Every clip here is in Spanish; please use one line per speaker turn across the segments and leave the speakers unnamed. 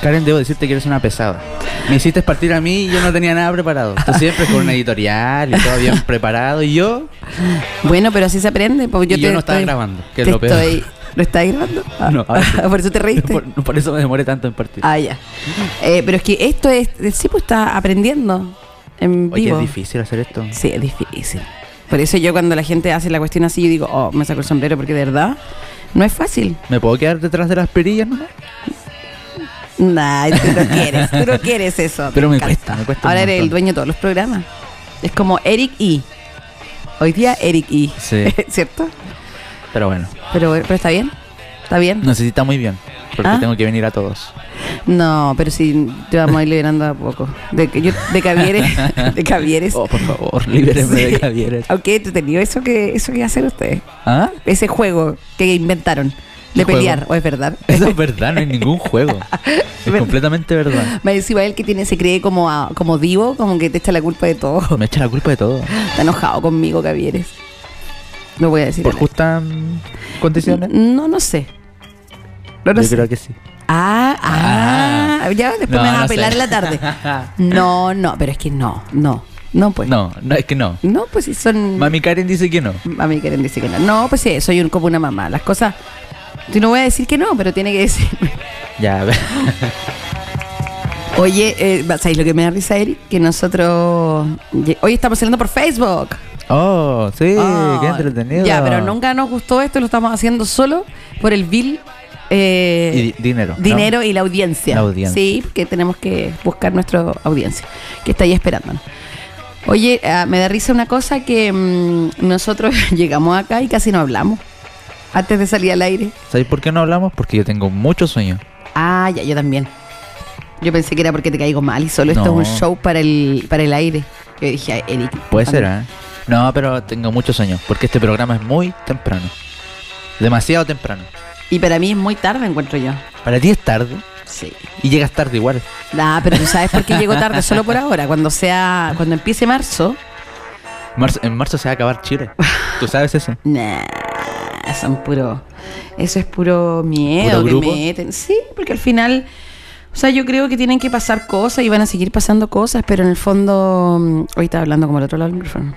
Karen, debo decirte que eres una pesada. Me hiciste partir a mí y yo no tenía nada preparado. Tú siempre con una editorial y todo bien preparado. Y yo,
Bueno, pero así se aprende. Porque yo
y
te
yo no estaba
estoy-
grabando, que es
te
lo peor.
estoy- ¿Lo estás grabando? Ah,
No, ahora sí.
Por eso te reíste.
Por, por eso me demoré tanto en partir.
Ah, ya. Eh, pero es que esto es. El Sipo está aprendiendo en
Oye,
vivo.
es difícil hacer esto.
Sí, es difícil. Por eso yo cuando la gente hace la cuestión así, yo digo, oh, me saco el sombrero porque de verdad no es fácil.
¿Me puedo quedar detrás de las perillas nomás?
Nah, tú no quieres, tú no quieres eso.
Pero me
encanta.
cuesta, me cuesta un
Ahora eres
montón.
el dueño de todos los programas. Es como Eric E. Hoy día Eric E.
Sí.
¿Cierto?
Pero bueno,
Pero, pero está bien, está bien.
no sé si está muy bien. Porque
Ah.
tengo que venir a todos.
No, pero sí, te vamos a ir liberando a poco. De, que yo, de Cavieres, de Ah. Cavieres.
Oh, por favor, libérenme
Sí.
de Javier.
Aunque he entretenido eso que, eso que hacen ustedes.
¿Ah?
Ese juego que inventaron de
¿Qué juego?
pelear, ¿o es verdad?
Eso es verdad, no hay ningún juego. Es
Verdad.
completamente verdad.
Me decía él que tiene, se cree como, a- como divo, como que te echa la culpa de todo.
Me echa la culpa de todo.
Está enojado conmigo, Cavieres. No voy a decir.
¿Por
nada.
justas mm, condiciones?
No, no sé. No, no
Yo
sé.
creo que sí.
Ah, ah, Ya después
No,
me van a
no
apelar
sé.
en la tarde. No, no, pero es que no, no, no, pues.
No, no, es que no.
No, pues sí, son.
Mami Karen dice que no.
A mí quieren decir que no. No, pues sí, soy un, como una mamá. Las cosas. Yo no voy a decir que no, pero tiene que decirme.
Ya, a ver.
Oye, eh, ¿sabéis lo que me da risa, Eric? Que nosotros. ye- Hoy estamos saliendo por Facebook.
Oh, sí,
Ah,
qué entretenido.
Ya, pero nunca nos gustó esto, lo estamos haciendo solo por el bill. eh,
Y di- dinero. ¿no?
Dinero y la audiencia.
La audiencia.
Sí, que tenemos que buscar nuestra audiencia, que está ahí esperándonos. Oye, ah, me da risa una cosa que mm, nosotros llegamos acá y casi no hablamos antes de salir al aire.
¿Sabes por qué no hablamos? Porque yo tengo mucho sueño.
Ah, ya, yo también. Yo pensé que era porque te caigo mal y solo esto
No.
es un show para el, para el aire. Yo dije, "Ay, Eric.
Puede ser,
anda".
¿eh? No, pero tengo mucho sueño. Porque este programa es muy temprano. Demasiado temprano.
Y para mí es muy tarde, encuentro yo.
Para ti es tarde
Sí.
y llegas tarde igual.
Nah, Ah, pero tú sabes por qué llego tarde, solo por ahora. Cuando sea, cuando empiece marzo,
Marzo- en marzo se va a acabar Chile. ¿Tú sabes eso?
Nah, son puro. Eso es puro miedo
¿Puro
que
grupo?
meten. Sí, porque al final. O sea, yo creo que tienen que pasar cosas y van a seguir pasando cosas, pero en el fondo. mm, Hoy estaba hablando como el otro lado del micrófono.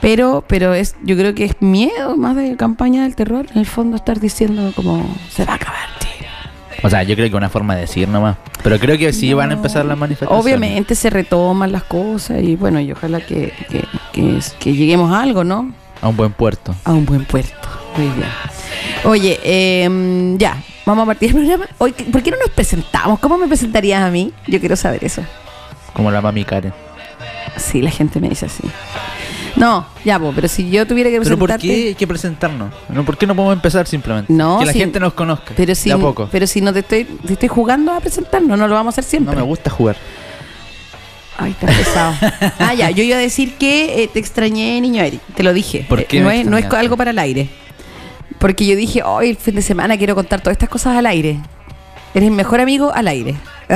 Pero, pero es, yo creo que es miedo más de campaña del terror. En el fondo, estar diciendo como. Se va a acabar, Chile".
O sea, yo creo que una forma de decir nomás. Pero creo que sí van a
No.
empezar las manifestaciones.
Obviamente se retoman las cosas y bueno, y ojalá que, que, que, que lleguemos a algo, ¿no?
A un buen puerto.
a un buen puerto. Muy bien. Oye, em, ya, vamos a partir del programa. Hoy, ¿Por qué no nos presentamos? ¿Cómo me presentarías a mí? Yo quiero saber eso.
Como la mami Karen.
Sí, la gente me dice así. No, ya, po, pero si yo tuviera que
Pero ¿por
presentarte...
qué hay que presentarnos? No, ¿Por qué no podemos empezar simplemente?
No,
que la
sí.
gente nos conozca.
Pero
De
si,
a poco.
pero si no te estoy, te estoy jugando a presentarnos, no lo vamos a hacer
No
siempre.
me gusta jugar.
Ay, está pesado. ah, ya, yo iba a decir que eh, te extrañé, niño Eric. Te lo dije.
¿Por
Eh,
qué
no,
me
es, no es
extrañaste?
algo para el aire. Porque yo dije, hoy el fin de semana quiero contar todas estas cosas al aire. Eres mi mejor amigo al aire.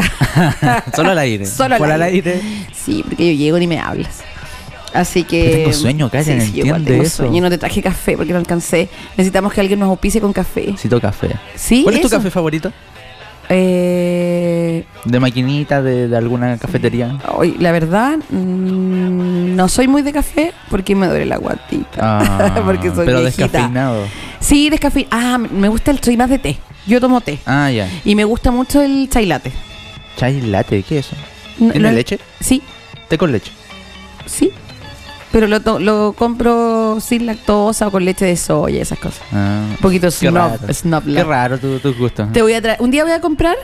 Solo al aire.
Solo al
Por
aire. Sí, porque yo llego ni me hablas. Así que.
Pero tengo sueño, Karen,
yo igual
entiende
tengo
eso.
sueño. No te traje café porque no alcancé. Necesitamos que alguien nos auspice con café.
Necesito café.
Sí,
¿Cuál es tu
eso.
café favorito?
Eh,
¿De maquinita? ¿De, de alguna cafetería?
hoy, la verdad, mm, no soy muy de café porque me duele la guatita.
Ah,
Porque soy
pero
viejita.
descafeinado.
Sí, descafeinado. Ah, me gusta el. Soy más de té. Yo tomo té.
Ah, ya.
Y me gusta mucho el chai latte.
Chai latte, ¿qué es eso?
No-
¿Tiene
no-
leche?
Sí,
Té con leche.
sí. Pero lo, to- lo compro sin lactosa o con leche de soya, esas cosas.
Ah,
Un poquito
qué
snob.
raro.
snob
Qué
love.
raro tu- tus gustos.
Te voy a traer. Un día voy a comprar.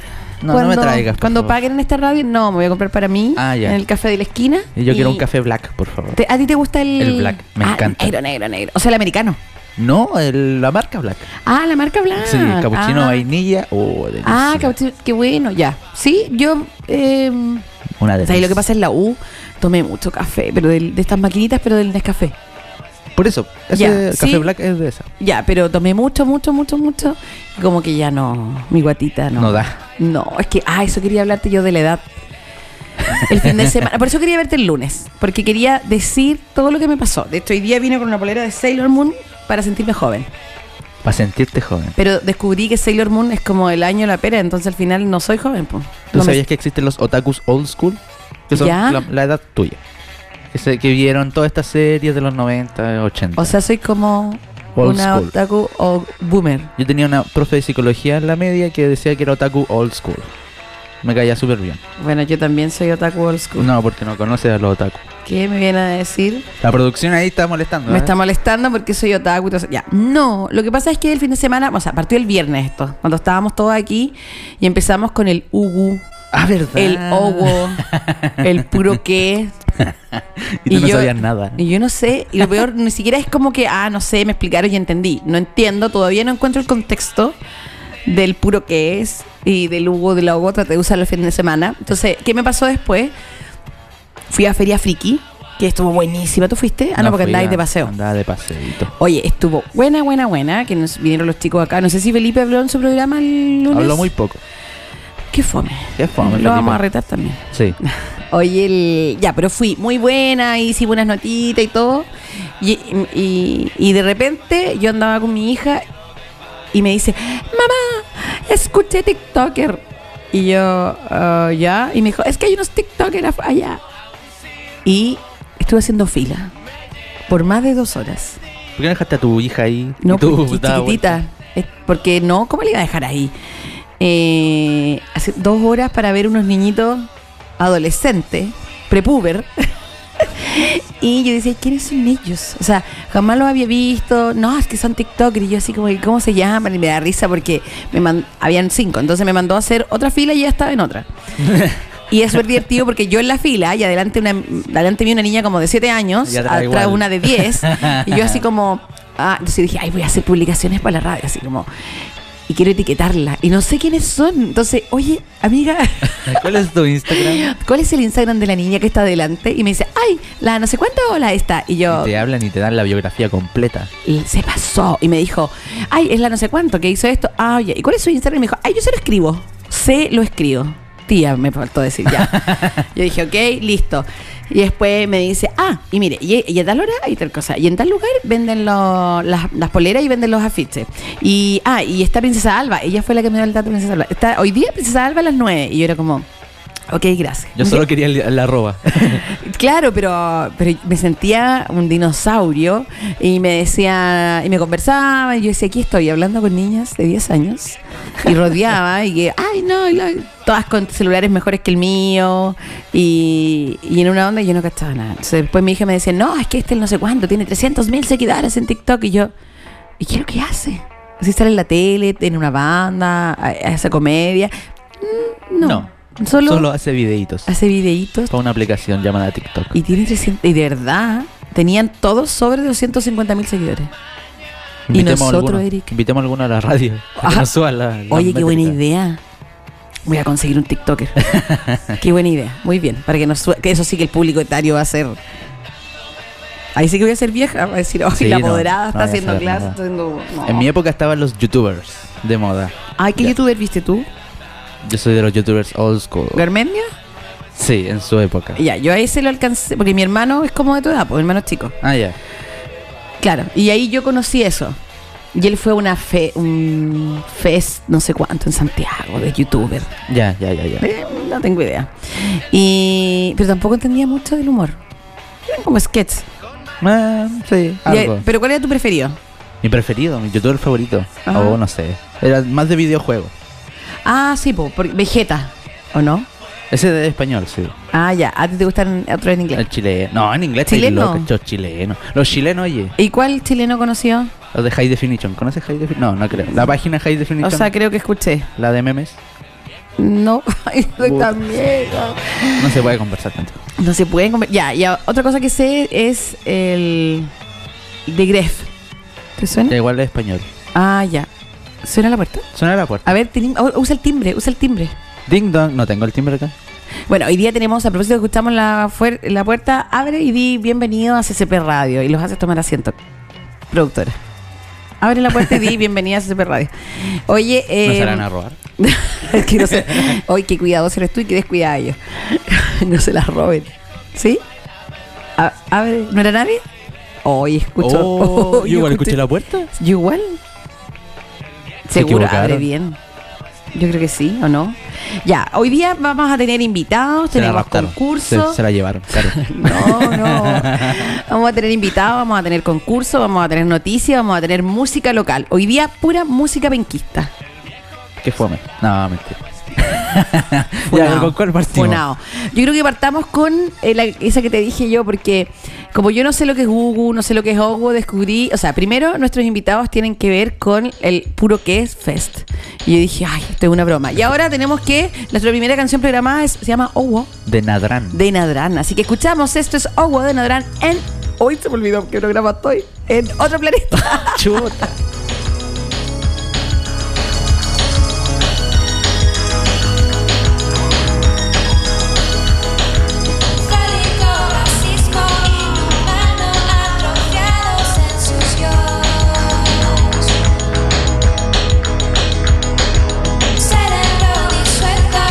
No, no
cuando,
me traigas. por
Cuando
favor.
paguen en esta radio, no, me voy a comprar para mí.
Ah, ya.
En el café de la esquina.
Y Yo quiero un café black, por favor.
te- ¿A ti te gusta el.
El black, me
Ah,
encanta.
Negro, negro, negro. O sea, el americano.
No, el- la marca black.
Ah, la marca blanca.
Sí, capuchino
ah.
vainilla. Oh, delicioso.
Ah, capuchino. Qué bueno, ya. Sí, yo. Eh,
Una de
¿Sabes lo
esas.
que pasa en la U? Tomé mucho café, pero del- de estas maquinitas, pero del Nescafé.
Por eso, ese
Ya,
café
sí.
black es de esa.
Ya, pero tomé mucho, mucho, mucho, mucho. Y como que ya no, mi guatita no.
No da.
No, es que, ah, eso quería hablarte yo de la edad. El fin de semana. Por eso quería verte el lunes, porque quería decir todo lo que me pasó. De hecho, hoy día vine con una polera de Sailor Moon para sentirme joven.
Para sentirte joven.
Pero descubrí que Sailor Moon es como el año de la pera, entonces al final no soy joven, po. No
¿Tú
me-
sabías que existen los otakus old school? Que son
Ya.
la, la edad tuya. Que, se- que vieron todas estas series de los 90, 80.
O sea, soy como
Old
una
school.
otaku o boomer.
Yo tenía una profe de psicología en la media que decía que era otaku old school. Me caía súper bien.
Bueno, yo también soy otaku old school.
No, porque no conoces a los otaku.
¿Qué me viene a decir?
La producción ahí está molestando.
Me
¿eh?
está molestando porque soy otaku. y todo eso. Ya, no. Lo que pasa es que el fin de semana, o sea, partió el viernes esto, cuando estábamos todos aquí y empezamos con el ugu,
Ah, verdad.
el ogo, el puro qué.
Y tú
y
no
yo-
sabías nada.
Y yo no sé, y lo peor, ni siquiera es como que, ah, no sé, me explicaron y entendí. No entiendo, todavía no encuentro el contexto del puro que es y del Hugo de la Hugo, traté de usarlo el fin de semana. Entonces, ¿qué me pasó después? Fui a Feria Friki, que estuvo buenísima. ¿Tú fuiste? Ah, no, porque
fui,
andáis de
ah,
paseo.
Andaba de paseíto.
Oye, estuvo buena, buena, buena, que nos vinieron los chicos acá. No sé si Felipe habló en su programa el lunes.
Habló muy poco.
Qué fome.
Qué fome,
Lo vamos
Felipe.
a retar también.
Sí.
Oye, el- ya, pero fui muy buena, hice buenas notitas y todo. Y, y- y de repente yo andaba con mi hija y me dice, mamá, escuché TikToker. Y yo, "Ah, ya. Y me dijo, es que hay unos TikToker af- allá. Y estuve haciendo fila por más de dos horas.
¿Por qué no dejaste a tu hija ahí?
No,
Y tú, pues,
porque es
daba vuelta.
chiquitita. Es- Porque no, ¿cómo le iba a dejar ahí? Eh, hace dos horas para ver unos niñitos adolescentes, prepuber. y yo decía, ¿quiénes son ellos? O sea, jamás los había visto. No, es que son TikTokers. Y yo así como, "¿Y ¿cómo se llaman? Y me da risa porque me man- habían cinco. Entonces me mandó a hacer otra fila y ya estaba en otra. Y es súper divertido porque yo en la fila y adelante una adelante vi una niña como de 7 años,
Y atrás
atrás
igual.
una de 10 y yo así como ah, entonces dije, "Ay, voy a hacer publicaciones para la radio", así como y quiero etiquetarla y no sé quiénes son. Entonces, "Oye, amiga,
¿Cuál es tu Instagram?
¿cuál es el Instagram de la niña que está adelante?" Y me dice, "Ay, la no sé cuánta ola está." Y yo
Y Te hablan y te dan la biografía completa.
y se pasó y me dijo, ay, es la no sé cuánto que hizo esto. Ah, oye, ¿y cuál es su Instagram? Y me dijo, ay, yo se lo escribo. Se lo escribo. Tía, me faltó decir ya. yo dije, ok, listo. Y después me dice, ah, y mire, y, y a tal hora hay tal cosa. Y en tal lugar venden lo- las, las poleras y venden los afiches. Y, ah, y está Princesa Alba. Ella fue la que me dio el dato de Princesa Alba. Está, hoy día Princesa Alba a las 9. Y yo era como, ok, gracias.
Yo solo quería el- la arroba.
Claro, pero, pero me sentía un dinosaurio y me decía, y me conversaba, y yo decía, aquí estoy hablando con niñas de 10 años, y rodeaba, y que, ay, no, y la- todas con celulares mejores que el mío, y, y en una onda yo no cachaba nada. Entonces después mi hija me decía, no, es que este no sé cuánto, tiene 300 mil seguidores en TikTok, y yo, ¿y qué es lo que hace? Así sale en la tele, tiene una banda, hace comedia. Mm, No,
No,
solo,
Solo hace videitos.
hace videitos
Para una aplicación llamada TikTok.
y tiene 300, y de verdad, tenían todos sobre 250 mil seguidores. y nosotros,
alguno,
Eric.
Invitemos a alguno a la radio. para que
Ajá.
nos suba la- la
Oye, qué buena
métrica.
idea. Voy a conseguir un TikToker. qué buena idea. Muy bien. Para que nos sue- que eso sí que el público etario va a ser. Ahí sí que voy a ser vieja, va a decir, oh,
Sí,
la
no,
moderada
no
está
voy a
haciendo
saber
clase.
nada.
está haciendo- no.
En mi época estaban los youtubers de moda.
Ay, ¿qué
Ya.
youtuber viste tú?
Yo soy de los youtubers old school.
¿Garmendia?
Sí, en su época.
Ya, yo a ese lo alcancé, porque mi hermano es como de tu edad, pues mi hermano es chico.
Ah, ya.
Claro, y ahí yo conocí eso. Y él fue a una fe, un fest, no sé cuánto, en Santiago, de youtuber.
Ya, ya, ya, ya.
Eh, no tengo idea. Y, pero tampoco entendía mucho del humor. Eran como sketches.
Ah, sí,
Y,
algo.
eh, pero ¿cuál era tu preferido?
Mi preferido, mi youtuber favorito.
Ajá.
O no sé. Era más de videojuego.
Ah, sí, po, por, Vegeta, ¿o no?
Ese de español, sí.
Ah, ya. ¿A ti te gustan otros en inglés?
El chileno. No, en inglés
¿Chileno?
estoy loca, yo chileno. Los chilenos, oye.
¿Y cuál chileno conoció?
Los de High Definition. ¿Conoces High Definition? No, no creo. La página High
O
Definition.
sea, creo que escuché.
la de memes.
No, ay, soy
Puta.
tan vieja.
No se puede conversar tanto.
No se pueden comer. Ya, ya. Otra cosa que sé es el de Gref. ¿Te
Da
suena?
igual de español.
Ah, ya. ¿Suena la puerta?
Suena la puerta.
A ver, tenim- oh, usa el timbre, usa el timbre.
Ding dong. No tengo el timbre acá.
Bueno, hoy día tenemos, a propósito, escuchamos la, fuer- la puerta, abre y di bienvenido a CCP Radio y los haces tomar asiento, productora. Abre la puerta y di bienvenida a CCP Radio. Oye, eh,
No se la van a robar.
es que no sé. Hoy qué cuidadoso eres tú y qué descuidada yo. no se las roben. ¿Sí? A- abre, ¿no era nadie? Hoy escucho.
Oh,
oh,
yo igual escuché
escuché-
la puerta.
¿Yo igual?
Se
Seguro,
equivocaron.
abre bien. Yo creo que sí, ¿o no? Ya, hoy día vamos a tener invitados,
Se la
tenemos
raptaron.
concurso.
Se, se la llevaron, claro.
No, no. Vamos a tener invitados, vamos a tener concurso, vamos a tener noticias, vamos a tener música local. Hoy día pura música penquista.
Qué fome. No, mentira.
Funao,
ya, ¿con cuál partimos?
funao. Yo creo que partamos con eh, la- esa que te dije yo, porque como yo no sé lo que es Google, no sé lo que es Ogo, descubrí, o sea, primero nuestros invitados tienen que ver con el puro que es Fest. Y yo dije, ay, esto es una broma. Y ahora tenemos que, nuestra primera canción programada es- se llama Ogo
De Nadrán.
de Nadrán. Así que escuchamos, esto es Ogo de Nadrán en... Hoy se me olvidó qué programa estoy. En otro planeta.
Chuta.
Código racismo inhumano atrofiados en sus dios Cerebro disuelto,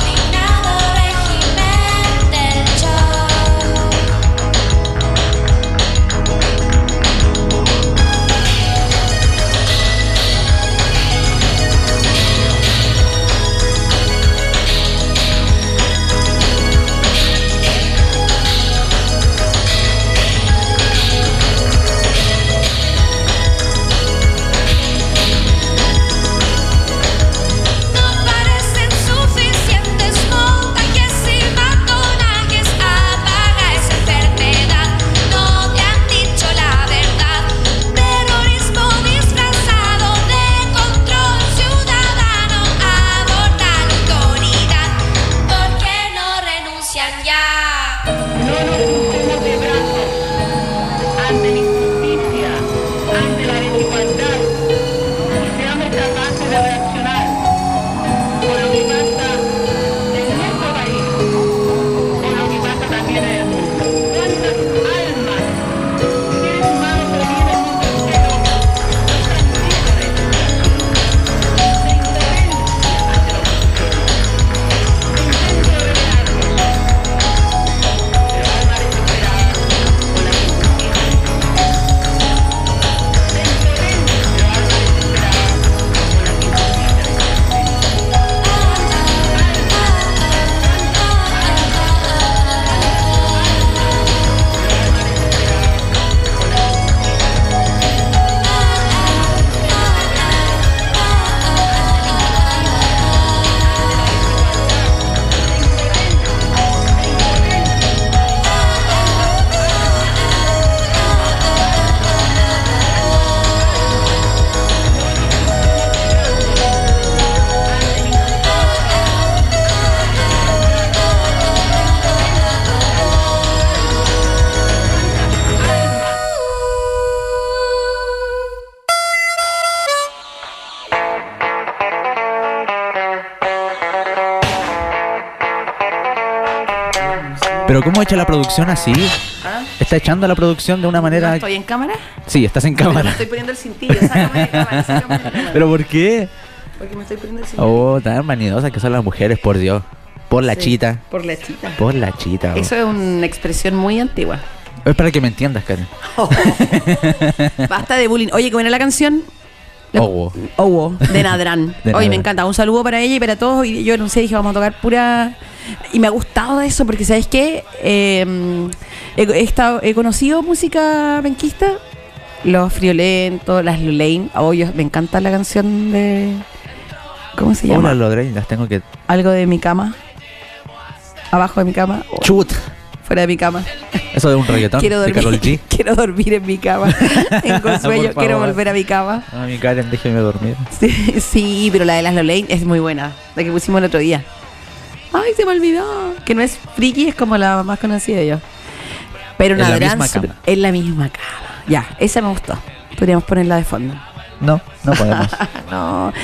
dominado, régimen del show No parecen suficientes montajes y bastonajes Apaga esa enfermedad, no te han dicho la verdad Terrorismo disfrazado de control ciudadano Aborta la autoridad, porque no renuncian ya
No nos crucemos de brazos ante la injusticia, ante la desigualdad. Seamos capaces de reaccionar por lo que pasa en nuestro país, por lo que pasa también en el mundo. ¿Cuántas almas, seres humanos que viven en el mundo entero, no están llenos de injusticia, de indolencia hacia los otros, de intento de rebelarnos?
Pero ¿cómo echa la producción así? Está echando la producción de una manera...
¿Ah? ¿Estoy en cámara?
Sí, estás en
Pero me
cámara.
estoy poniendo el cintillo. Sácame de cámara, sácame de cámara.
¿Pero por qué?
Porque me estoy poniendo el cintillo.
Oh, tan vanidosas que son las mujeres, por Dios. Por la
Sí,
chita.
Por la chita.
Por la chita. oh.
Eso es una expresión muy antigua.
Es para que me entiendas, Karen.
Oh. Basta de bullying. Oye, ¿cómo era la canción? La-
Owo.
Owo, de Nadrán.
Oh, De
Oye, me
Nadrán.
encanta. Un saludo para ella y para todos. Y yo no sé, dije, vamos a tocar pura. Y me ha gustado eso porque, ¿sabes qué? Eh, he, he estado- he conocido música benquista. Los Friolentos, las Lulaine. Oh, yo- me encanta la canción de. ¿Cómo se llama?
Hola, Lodrein, las tengo que...
Algo de mi cama. Abajo de mi cama. o
¡Chut!
Fuera de mi cama.
Eso de un reggaetón
Quiero
de Karol
dormir,
G. Ah,
quiero dormir en mi cama. Tengo
Por
sueño, quiero
favor.
volver a mi cama.
Ah, mi Karen, déjeme dormir.
Sí, sí, pero la de las Lolain es muy buena, la que pusimos el otro día. Ay, se me olvidó. Que no es friki, es como la más conocida de yo. Pero
En la
Nadrán
misma
su-
cama.
en la misma cama. Ya, esa me gustó. Podríamos ponerla de fondo.
No, no podemos.
no.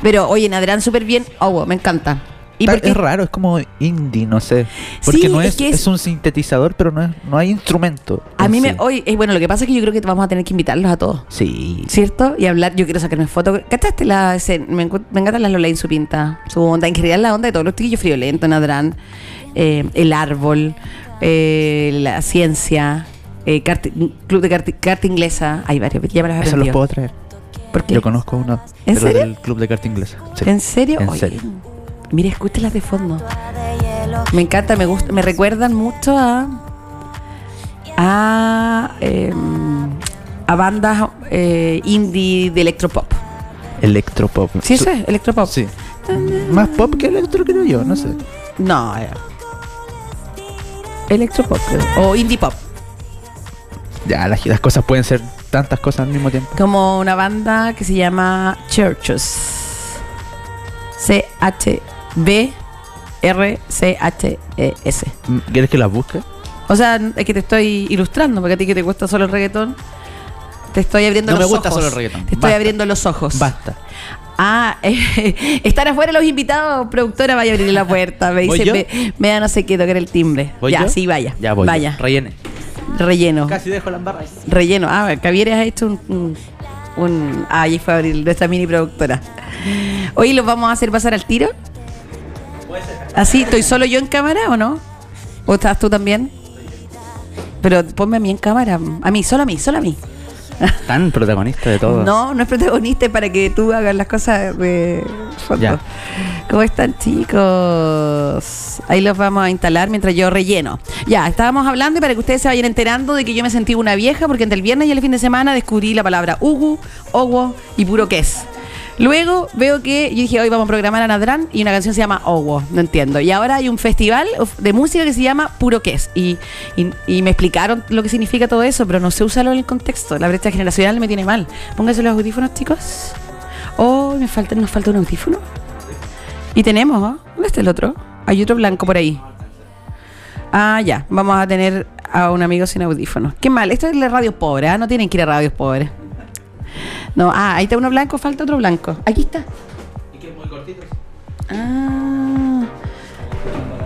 Pero oye, Nadrán súper bien. Oh, wow, me encanta.
Ta-
por qué-
Es raro, es como indie, no sé. Porque
Sí,
no
es
es,
que
es...
es-
un sintetizador, pero no, es- no hay instrumento.
A
en
mí me.
sí.
Oye, eh, bueno, lo que pasa es que yo creo que vamos a tener que invitarlos a todos.
Sí.
¿Cierto? Y hablar, yo quiero sacarme fotos. ¿Cachaste la escena? Me, encu- me encantan las Lola en su pinta, su onda. En general, la onda de todos los chiquillos friolentos, Nadrán, eh, el árbol, eh, la ciencia, eh, carti- club de carti- carta inglesa. Hay varios, ya me los
Eso los
aprendido.
puedo traer.
¿Por qué?
Yo conozco uno
¿En
de los
serio?
del club de carta inglesa. Sí.
¿En serio?
En
Oye,
serio.
Mira, escúchalas de fondo. Me encanta, me gusta, me recuerdan mucho a a, eh, a bandas eh, indie de electropop.
Electropop.
¿Sí eso
Su-
es? Electropop.
Sí. Más pop que electro, creo yo, no sé.
No. eh, Electropop creo. o indie pop.
Ya, las, las cosas pueden ser tantas cosas al mismo tiempo.
Como una banda que se llama Churches. C H B R C H E S.
Mm, ¿Quieres que las busque?
O sea, es que te estoy ilustrando, porque a ti que te gusta solo el reggaetón, te estoy abriendo
No me
los ojos.
gusta solo el reggaetón.
Te estoy
Basta.
abriendo los ojos.
Basta.
Ah, eh, están afuera los invitados, productora, vaya a abrir la puerta. Me
¿Voy
dice,
yo?
me, me da no sé qué tocar el timbre.
¿Voy
ya,
yo?
sí, vaya.
Ya voy. yo.
Vaya.
Rellene.
Relleno.
Casi dejo las barras.
Relleno. Ah, Cavieres ha hecho un. un, un- ah, ahí fue a abrir nuestra mini productora. Hoy los vamos a hacer pasar al tiro. ¿Así? ¿Estoy solo yo en cámara o no? ¿O estás tú también? Pero ponme a mí en cámara. A mí, solo a mí, solo a mí.
Tan protagonista de todo.
No, no es protagonista es para que tú hagas las cosas de fondo.
Ya.
¿Cómo están, chicos? Ahí los vamos a instalar mientras yo relleno. Ya, estábamos hablando y para que ustedes se vayan enterando de que yo me sentí una vieja porque entre el viernes y el fin de semana descubrí la palabra ugu, owo y puro es. Luego veo que yo dije, hoy vamos a programar a Nadran y una canción se llama Owo, no entiendo. Y ahora hay un festival of- de música que se llama Puro Ques. Y, y, y me explicaron lo que significa todo eso, pero no sé usarlo en el contexto. La brecha generacional me tiene mal. Pónganse los audífonos, chicos. Oh, me falta, nos falta un audífono. Y tenemos, ¿ah? ¿dónde está el otro? Hay otro blanco por ahí. Ah, ya, vamos a tener a un amigo sin audífonos. Qué mal, esto es la radio pobre, ¿ah? no tienen que ir a radios pobres. No, ah, ahí está uno blanco, falta otro blanco. Aquí está. Y que es muy cortito. Ah.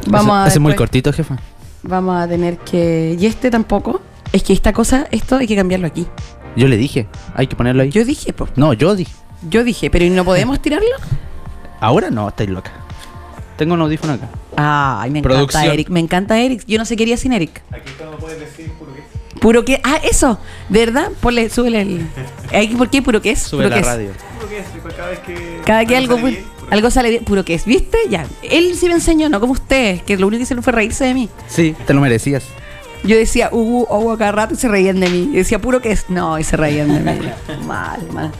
Vamos a
Ese- ese es muy
después-
cortito, jefa.
Vamos a tener que. Y este tampoco. Es que esta cosa, esto hay que cambiarlo aquí.
Yo le dije, hay que ponerlo ahí.
Yo dije, po.
No, yo dije.
Yo dije, pero ¿y no podemos tirarlo?
Ahora no, estáis loca. Tengo un audífono acá.
Ay, me encanta
Producción.
Eric, me encanta Eric. Yo no sé qué haría sin Eric. Aquí todo puedes decir puro que. Ah, eso, de verdad, ponle, súbele el. Ahí, ¿Por qué puro que es?
Sube
Puro
la
que es.
radio.
Cada que algo, pu- algo sale bien, puro que es, ¿viste? Ya. Él sí me enseñó, no como ustedes, que lo único que hicieron fue reírse de mí.
Sí, te lo merecías.
Yo decía, uh, uh, cada rato y se reían de mí. Yo decía, puro que es. No, y se reían de mí. mal, mal.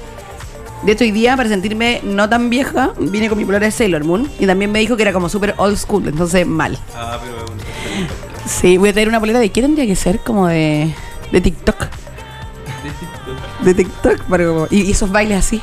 De hecho, hoy día, para sentirme no tan vieja, vine con mi polera de Sailor Moon y también me dijo que era como súper old school, entonces mal. Ah, pero Sí, voy a tener una polera de ¿qué tendría que ser? Como de, de TikTok. De TikTok, pero como- y, y esos bailes así.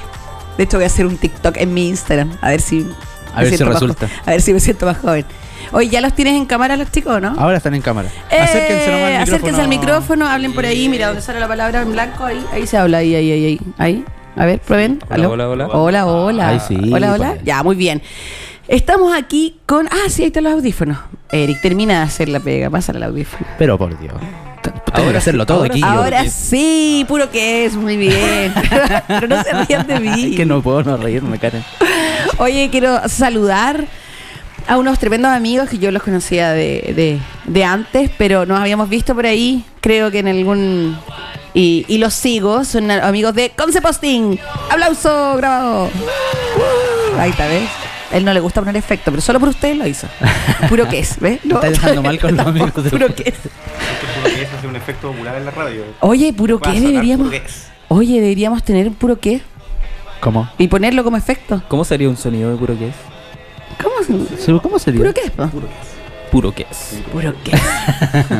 De hecho, voy a hacer un TikTok en mi Instagram, a ver si.
A
me
ver si
siento más
resulta.
jo- A ver si me siento más joven. Oye, ¿ya los tienes en cámara los chicos o no?
Ahora están en cámara.
Ah. Eh,
acérquense nomás al micrófono.
acérquense al micrófono, hablen por ahí, mira donde sale la palabra en blanco, ahí, ahí se habla, ahí, ahí, ahí, ahí. ahí. A ver, prueben.
Hola,
Aló.
hola, hola.
Hola, hola.
Ay, Ah, sí,
hola, hola.
pues.
Ya, muy bien. Estamos aquí con. Ah, sí, ahí están los audífonos. Eric, termina de hacer la pega, pásale el audífono.
Pero por Dios. T- Tengo que hacerlo todo aquí. yo.
Ahora sí, puro que es, muy bien. Pero no se rían de mí.
Es que no puedo no reírme, Karen.
Oye, quiero saludar a unos tremendos amigos que yo los conocía de, de- de antes, pero nos habíamos visto por ahí, creo que en algún... Y, y los sigo, son a- amigos de Conce Posting. ¡Aplauso grabado! ¡Uh! ahí está, ¿ves? A Él no le gusta poner efecto, pero solo por ustedes lo hizo. Puro que es, ¿ves?
Me está dejando mal con los amigos de-
Puro que es.
Es que puro que es hace un efecto popular en la radio.
Oh,
Oye, puro que
Va a
es
sonar
deberíamos...
puro que es.
Oye, deberíamos tener un puro que es
¿Cómo?
y ponerlo como efecto.
¿Cómo sería un sonido de puro que es?
¿Cómo? se-
Sí, ¿Cómo sería?
¿Puro que es? po?
Puro que es.
Puro que.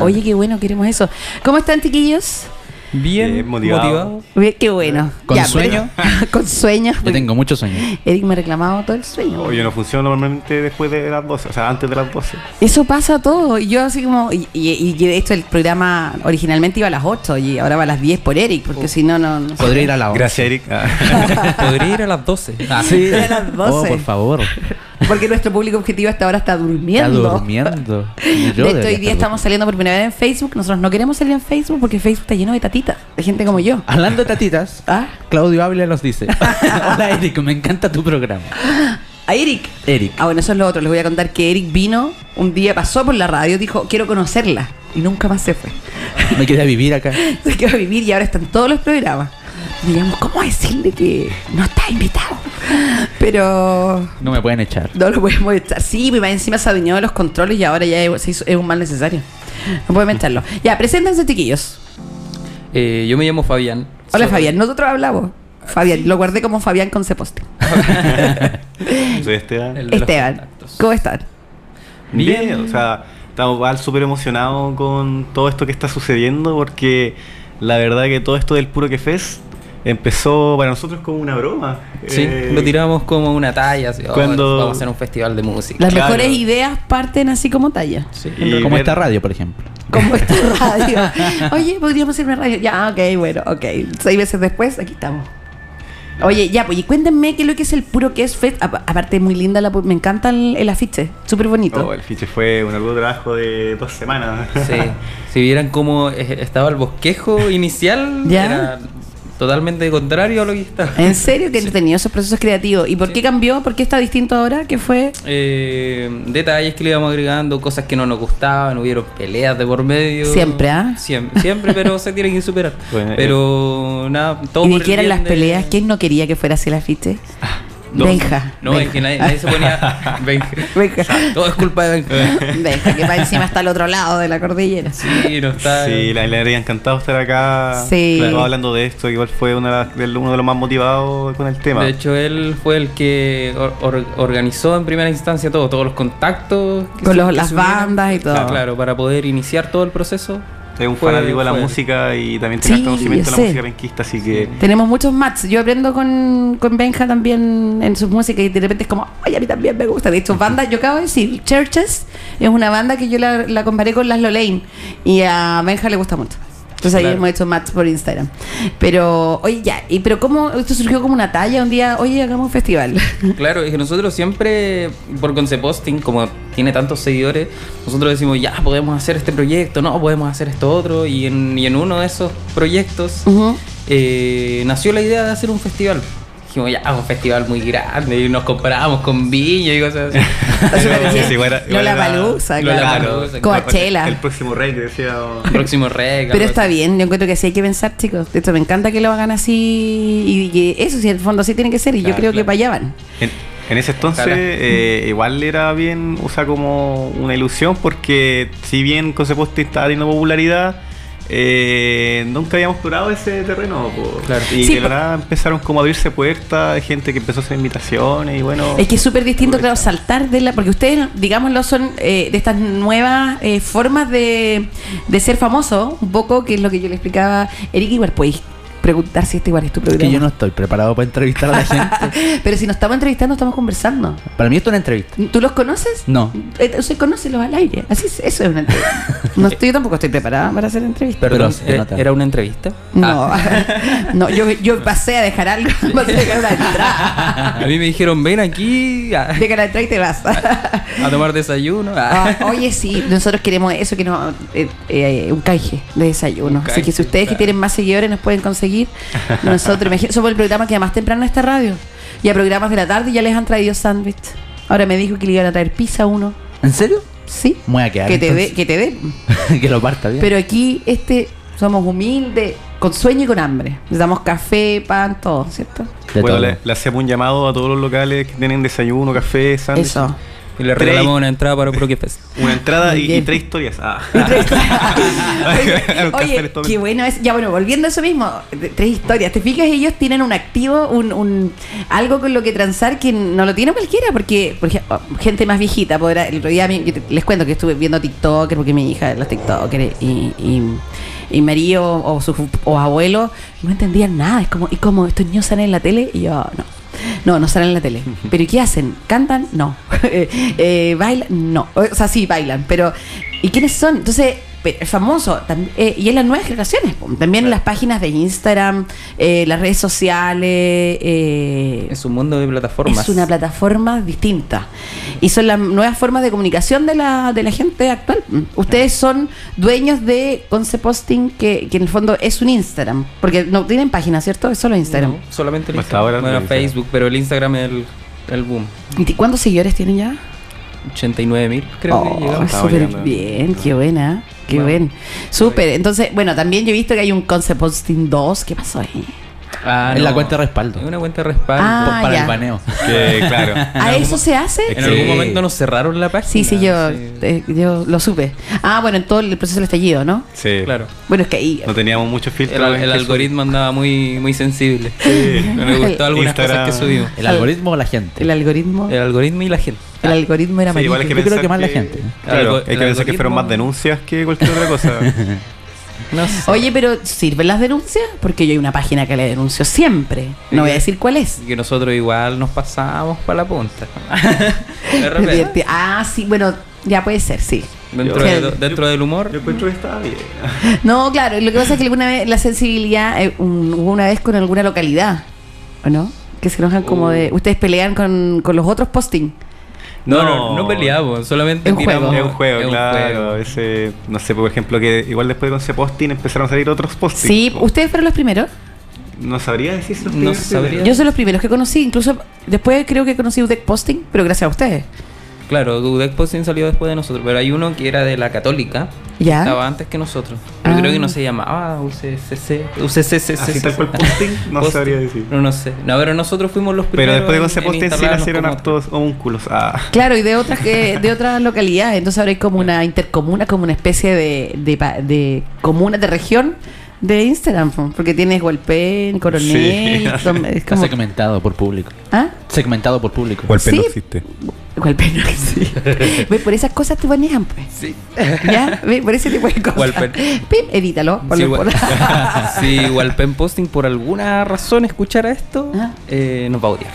Oye, qué bueno, queremos eso. ¿Cómo están, chiquillos?
Bien,
Bien Eh, motivado.
Bien, Qué bueno.
¿Con
Ya,
sueño?
pero- con sueño.
Yo tengo mucho sueño.
Eric me ha reclamado todo el sueño.
Oye, no funciona normalmente después de las 12, o sea, antes de las 12.
Eso pasa todo. Y yo así como... Y, y, y de hecho el programa originalmente iba a las 8 y ahora va a las 10 por Eric, porque si no, no... no sé.
Oh. Podría ir a la hora.
Gracias, Eric. Ah.
Podría ir a las 12.
Ah, sí.
A las
Oh,
12.
por favor.
Porque nuestro público objetivo hasta ahora está
Está
durmiendo.
durmiendo. Yo
de hecho, hoy
debería
día
estar
estamos saliendo por primera vez en Facebook. Nosotros no queremos salir en Facebook porque Facebook está lleno de tatitas, de gente como yo.
Hablando de tatitas,
Ah.
Claudio Ávila nos dice: Hola Eric, me encanta tu programa.
A Eric.
Eric.
Ah, bueno, eso es lo otro. Les voy a contar que Eric vino un día, pasó por la radio, dijo, quiero conocerla. Y nunca más se fue.
Me quedé a vivir acá.
se quedó a vivir y ahora están todos los programas. Y digamos, ¿cómo decirle que no está invitado? Pero
No me pueden echar.
no lo podemos echar. Sí, mi mamá encima se adueñó de los controles y ahora ya se hizo- es un mal necesario. No podemos echarlo. Ya, preséntense, chiquillos.
Eh, yo me llamo Fabián.
Hola,
Soy-
Fabián. Nosotros hablamos. Fabián, lo guardé como Fabián con Ceposte.
Soy Esteban.
El de los
Esteban,
contactos.
¿cómo están?
Bien, o sea, estamos igual súper emocionados con todo esto que está sucediendo porque la verdad que todo esto del Puro Que Fest empezó para nosotros como una broma.
Sí,
Eh,
lo tiramos como una talla. Así, "Oh,
Cuando-
vamos a hacer un festival de música.
Las
Claro.
mejores ideas parten así como talla.
Sí.
Y
Como
ver-
esta radio, por ejemplo.
Como esta radio. Oye, podríamos irme a radio. Ya, ok, bueno, ok. Seis meses después, aquí estamos. Oye, ya, pues, y cuéntenme qué es lo que es el puro que es Fest. Apa- Aparte, es muy linda la. pu- Me encanta el, el afiche. Súper
Oh,
bonito.
No, Oh, el fiche fue un arduo trabajo de dos semanas.
Sí. Si vieran cómo eh, estaba el bosquejo inicial,
¿Ya?
era totalmente contrario a lo que estaba.
En serio, que entretenido esos procesos creativos. ¿Y por qué cambió? ¿Por qué está distinto ahora? ¿Qué fue?
Eh, detalles que le íbamos agregando, cosas que no nos gustaban, hubieron peleas de por medio.
Siempre, ¿ah?
Siem- siempre, pero se tiene que superar.
Bueno, eh.
pero nada, todo
¿Y
por
de
el
qué eran
bien
las
de-
peleas? ¿Quién no quería que fuera así el afiche?
No,
Benja.
No, es que nadie, nadie se ponía. Benja.
Benja.
Todo es culpa de Benja.
Venga, que va encima hasta el otro lado de la cordillera.
Sí, no está.
Sí, la- le habría encantado estar acá
Sí.
claro, hablando de esto. Igual fue una de las- uno de los más motivados con el tema.
De hecho, él fue el que or- or- organizó en primera instancia todo, todos los contactos. que
Con
se-
los-
que
las
se unieron.
bandas y todo.
Ah, claro, para poder iniciar todo el proceso.
es un
fue-
fanático de la
fue él.
música y también tiene
Sí,
conocimiento
yo
de la
sé.
música penquista, así que
Tenemos muchos mats. Yo aprendo con, con Benja también en sus músicas y de repente es como, ay, a mí también me gusta. De hecho, bandas, yo acabo de decir, Churches es una banda que yo la, la comparé con Las Lane y a Benja le gusta mucho. Entonces ahí
Claro.
hemos hecho mats por Instagram. Pero, oye, ya, y pero ¿cómo esto surgió como una talla un día? Oye, hagamos un festival.
Claro, es que nosotros siempre, por Conceposting, como tiene tantos seguidores, nosotros decimos, ya, podemos hacer este proyecto, no, podemos hacer esto otro. Y en, y en uno de esos proyectos
Ujú.
eh, nació la idea de hacer un festival. Dijimos, ya, un festival muy grande, y nos comparábamos con Viña y cosas así.
Entonces
Pero-
parecía
sí, igual era- igual era-
Lollapalooza,
Lollapalooza,
claro.
claro.
Coachella.
el próximo rey que decía
Próximo reg.
Pero
algo
está
así.
bien, yo encuentro que así hay que pensar, chicos. De hecho, me encanta que lo hagan así y que eso sí, en el fondo así tiene que ser. Y yo
Claro,
creo que
claro.
para allá van.
En, en ese entonces,
Ojalá.
eh, igual era bien, o sea, como una ilusión, porque si bien Conceposte estaba teniendo popularidad, eh, nunca habíamos explorado ese terreno. po.
Claro.
Y
Sí,
de
po-
la nada empezaron como a abrirse puertas, de gente que empezó a hacer invitaciones y bueno.
Es que es súper distinto, claro, saltar de la. Porque ustedes, digámoslo, son eh, de estas nuevas eh, formas de, de ser famoso, un poco, que es lo que yo le explicaba. Eric, igual podéis preguntar si este igual es tu
Es
programa.
que yo no estoy preparado para entrevistar a la gente.
Pero si nos estamos entrevistando, estamos conversando.
Para mí esto es una entrevista.
¿Tú los conoces?
No.
Entonces, conócelos al aire. Así es, eso es una entrevista. No estoy, yo tampoco estoy preparada para hacer entrevistas.
Pero
Perdón,
se
¿e-
nota.
¿era una entrevista? Ah.
No,
Ah.
no yo, yo pasé a dejar algo, pasé a dejar una entrada.
A mí me dijeron, ven aquí a,
Deja la entrada y te vas.
a tomar desayuno.
Ah, oye, sí, nosotros queremos eso, que no, eh, eh, un canje de desayuno.
Un
Así que si
canje,
ustedes que
claro.
tienen más seguidores nos pueden conseguir. Nosotros, imagínate, somos el programa que más temprano en esta radio. Y a programas de la tarde ya les han traído sándwich. Ahora me dijo que le iban a traer pizza a uno.
¿En serio?
Sí.
Me voy a quedar,
Que te dé,
entonces.
que te dé.
que lo parta bien.
Pero aquí, este, somos humildes, con sueño y con hambre. Les damos café, pan, todo, ¿cierto?
De
bueno,
todo.
le, le hacemos un llamado a todos los locales que tienen desayuno, café, sándwich.
Eso.
Y le regalamos una entrada para Pro Fest.
Una entrada
Muy
y,
bien.
y tres historias. Ah.
oye,
Un café
oye,
les tomen.
qué bueno es. Ya bueno, volviendo a eso mismo, de- tres historias. ¿Te fijas? Ellos tienen un activo, un, un- algo con lo que transar que no lo tiene cualquiera, porque, por ejemplo, gente más viejita podrá. El otro día a mí- yo te- les cuento que estuve viendo TikToker, porque mi hija, los TikTokers y, y, y marido o sus o abuelos no entendían nada. Es como, ¿y cómo estos niños salen en la tele? Y yo, no. No, no salen en la tele. ¿Pero y qué hacen? ¿Cantan? No. Eh, eh, ¿Bailan? No. O sea, sí, bailan, pero ¿y quiénes son? Entonces, pe- es famoso. tam- eh, y en las nuevas generaciones, po. también en las páginas de Instagram, eh, las redes sociales. eh,
Es un mundo de plataformas.
es una plataforma distinta. Y son las nuevas formas de comunicación de la, de la gente actual. Mm. Ustedes son dueños de Conce Posting, que, que en el fondo es un Instagram. Porque no tienen página, ¿cierto? Es solo Instagram.
No, solamente el
Hasta
Instagram.
ahora no
bueno,
lo hice.
Facebook, pero el Instagram es el, el boom.
¿Y t- cuántos seguidores tienen ya?
89 mil, creo
Oh,
que llegamos.
Estaba
súper
llegando.
bien, qué buena, qué
Bueno,
buen. Súper, entonces, bueno, también yo he visto que hay un Concept Posting 2, ¿qué pasó ahí?
Ah,
en la
no.
cuenta de respaldo.
Es una cuenta de respaldo.
Ah,
para
ya.
el baneo.
Que claro.
¿A eso se hace?
Es
En
Sí.
algún momento nos cerraron la página.
Sí, sí, yo,
sí.
eh, yo lo supe. Ah, bueno, en todo el proceso del estallido, ¿no?
Sí.
Claro.
Bueno, es que ahí...
No teníamos mucho filtro.
El,
en
el
que
algoritmo andaba muy, muy sensible.
Sí.
No le gustó algunas
Instagram.
cosas que subimos.
El algoritmo o la gente.
El algoritmo...
El algoritmo y la gente.
El algoritmo era
Sí, igual
Yo
hay que
creo
pensar
que más la gente.
Algo-
Claro, hay que
el
pensar que fueron
algoritmo-
más denuncias que cualquier otra cosa.
No sé.
Oye, pero ¿sirven las denuncias? Porque yo hay una página que le denuncio siempre. No voy a decir cuál es.
Que nosotros igual nos pasábamos para la punta. De repente.
Diverti- Ah, sí, bueno, ya puede ser, sí.
Dentro,
Yo-
de- dentro del humor.
Yo encuentro que está bien.
No, claro, lo que pasa es que alguna vez la sensibilidad eh, un- hubo una vez con alguna localidad, ¿o no? Que se enojan como de. Ustedes pelean con, con los otros posting.
No.
No, no, no peleamos, solamente
Es un
tiramos.
juego.
Es un juego,
es un
claro.
juego.
A veces, no sé, por ejemplo, que igual después de Once Posting empezaron a salir otros postings.
Sí,
po.
ustedes fueron los primeros.
No sabría decir si los
No
primeros
sabría.
primeros.
Yo soy los primeros que conocí, incluso después creo que conocí Udec Posting, pero gracias a ustedes.
Claro, Dudek Posting salió después de nosotros, pero hay uno que era de la Católica.
¿Ya?
Estaba antes que nosotros. Pero
Ah.
creo que no se llamaba UCCC. UCCC.
Así tal cual posting, no sabría decir.
No, no sé. No, pero nosotros fuimos los
Pero
primeros.
después de
en-
Once
en
Posting sí
instalarnos
nacieron
como-
hartos homúnculos. Ah.
Claro, y de otras que, de otras localidades. Entonces ahora hay como una intercomuna, como una especie de, de, pa- de comuna de región de Instagram, po, porque tienes Hualpén, Coronel,
Sí.
Tom- es
Está
como-
segmentado por público.
¿Ah?
Segmentado por público.
Sí. no
existe?
Hualpén, no existe. Ve, por esas cosas te manejan, pues.
Sí.
¿Ya? Ve, por ese tipo de cosas.
Hualpén.
Pim, edítalo.
Sí,
ponlo por-
igual, sí, igual Pen Posting por alguna razón escuchar a esto
Ah.
eh, nos va a odiar.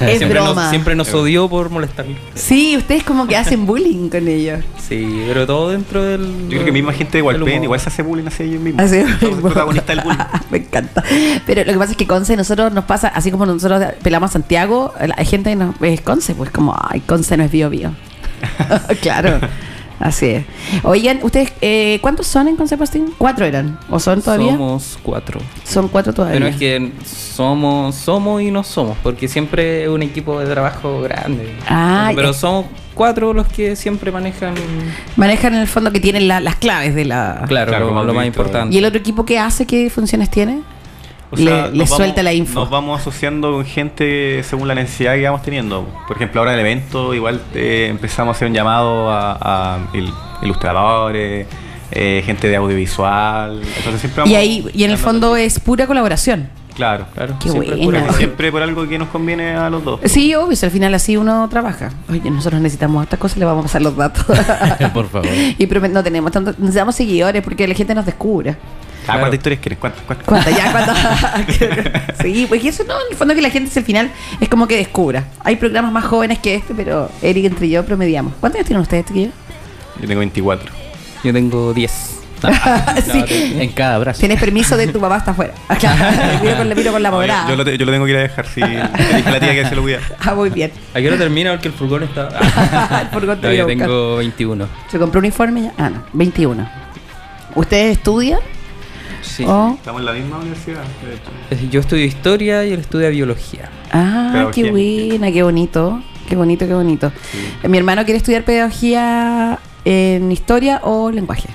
es
siempre,
broma.
Nos, siempre nos odió por molestarlo.
Sí, ustedes como que hacen bullying con ellos.
Sí, pero todo dentro del.
Yo creo que misma gente de Walpen
humor.
igual se hace bullying hacia ellos mismos.
Así-
Somos el protagonista del bullying.
Me encanta. Pero lo que pasa es que Conce nosotros nos pasa, así como nosotros pelamos a Santiago, la- hay gente que nos es Conce, pues como, ay, Conce no es bio bio. claro. Así es. Oigan, ustedes, eh, ¿cuántos son en Conce Postín? ¿Cuatro eran? ¿O son todavía?
Somos cuatro.
Son cuatro todavía.
Pero es que somos, somos y no somos, porque siempre es un equipo de trabajo grande.
Ah,
pero
es-
somos cuatro los que siempre manejan,
Manejan en el fondo que tienen la- las claves de la...
Ah, claro,
Claro,
lo-
como
lo más
director.
importante.
¿Y el otro equipo qué hace? ¿Qué funciones tiene?
O
Le-
sea,
le
nos vamos-
suelta la info.
Nos vamos asociando con gente según la necesidad que vamos teniendo. Por ejemplo, ahora en el evento igual eh, empezamos a hacer un llamado a, a il- ilustradores, eh, gente de audiovisual. Entonces siempre vamos
Y ahí, y en el
dando-
fondo es pura colaboración.
Claro, claro.
Claro,
Qué
siempre
buena.
pura
Porque
Claro.
gente.
Siempre por algo que nos conviene a los dos.
Sí, obvio, si al final así uno trabaja. Oye, nosotros necesitamos estas cosas, le vamos a pasar los datos.
Por favor.
Y promet- no tenemos tanto, necesitamos seguidores porque la gente nos descubre.
Ah,
Claro.
¿Cuántas historias quieres? ¿Cuántas? ¿Cuántas?
¿Cuánta ya? ¿Cuánta? sí, pues y eso no, en el fondo que la gente si al final es como que descubra. Hay programas más jóvenes que este, pero Eric entre yo promediamos. ¿Cuántos años tienen ustedes, chiquillos?
Yo tengo 24.
Yo tengo 10.
Ah, sí.
En cada abrazo.
Tienes permiso de tu papá hasta afuera. Ah, claro, le miro con, le miro con la
No, yo-
morada.
yo, lo te- yo lo tengo que ir a dejar, sí. Le dije a la tía que se lo cuida.
Ah, muy bien.
¿A qué hora termina? Porque el furgón está...
El furgón te
No,
viene a
yo
buscar.
tengo 21.
¿Se compró un uniforme ya? Ah, no, 21. ¿Ustedes estudian?
Sí.
¿O?
Estamos en la misma universidad, de hecho.
Eh, Yo estudio historia y él estudia biología.
Ah, qué
Pedagogía en
buena, qué bonito, qué bonito, qué bonito. Eh, Mi hermano quiere estudiar pedagogía en historia o lenguaje.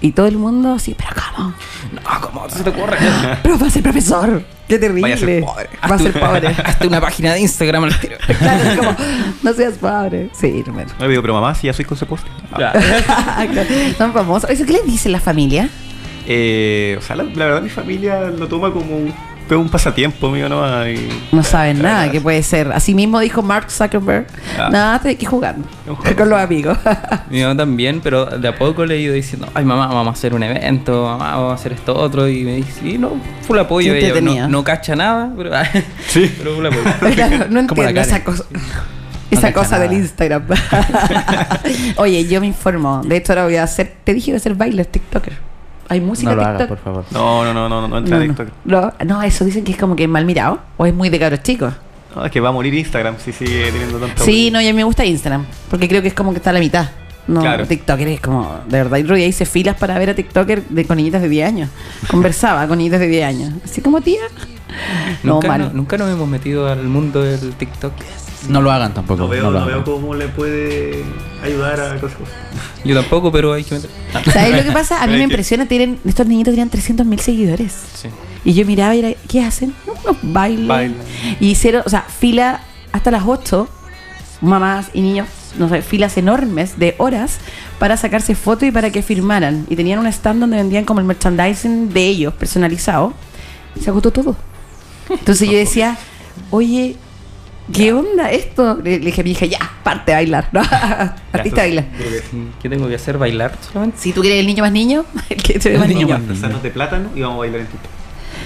Y todo el mundo, sí, pero ¿cómo?
No, ¿cómo se te ocurre?
Pero va a ser profesor. Qué terrible.
Vaya a ser pobre.
Va a ser pobre.
Hazte una página de Instagram al tiro.
claro, es como, no seas pobre. Sí, hermano.
No, digo, pero mamá, si ya soy conseposte. Ah.
Tan famoso. Eso, ¿Qué le dice la familia?
Eh, o sea, la, la verdad mi familia lo toma como un, como un pasatiempo, amigo, ¿no? Y-
No saben nada
Ah,
que puede ser. Así mismo dijo Mark Zuckerberg.
Ah.
Nada, te hay que jugar
Un juego.
con los amigos.
Mi mamá también, pero de a poco le he ido diciendo, ay mamá, vamos a hacer un evento, mamá, vamos a hacer esto otro, y me dice, y no, full apoyo,
Qué
ella
entretenida.
no, no cacha nada, pero,
Sí.
pero full apoyo.
Claro, no
Como la
entiendo
Karen.
esa cosa. Esa
cacha
cosa del
nada.
Instagram. Oye, yo me informo. De hecho, ahora voy a hacer. Te dije que voy a hacer bailes TikToker. Hay música
No lo
TikTok.
hagas, por favor.
No, no, no, no, no entra
No,
a
no.
TikTok.
No, no, eso dicen que es como que es mal mirado. O es muy de cabros chicos.
No, es que va a morir Instagram si sigue teniendo tanto.
Sí, no, y a mí me gusta Instagram. Porque creo que es como que está a la mitad. No,
Claro.
TikToker es como. De verdad, yo ya hice filas para ver a TikToker de, con niñitas de 10 años. Conversaba con niñitas de 10 años. Así como tía. No,
nunca,
mal.
no- nunca nos hemos metido al mundo del TikTok.
No lo hagan tampoco.
No veo,
no lo
no veo
hagan.
cómo le puede ayudar a cosas.
Yo tampoco, pero hay que meter. Ah,
¿Sabes lo que pasa? A mí
Pero
me
es que-
impresiona. Tienen, estos niñitos tienen 300 mil seguidores.
sí.
Y yo miraba y era, ¿qué hacen? Unos bailes.
Bailes.
Y hicieron, o sea, fila hasta las 8, mamás y niños, no sé, filas enormes de horas para sacarse fotos y para que firmaran. Y tenían un stand donde vendían como el merchandising de ellos, personalizado. Se agotó todo. Entonces yo decía, oye, ¿qué onda esto? Le, le dije a mi hija, ya, parte a bailar. ¿no? Partiste a bailar.
¿Qué tengo que hacer? ¿Bailar solamente?
Si tú quieres el niño más niño, el que te ve
Un
más
niño
niño.
más manzanas de plátano y vamos a bailar en tu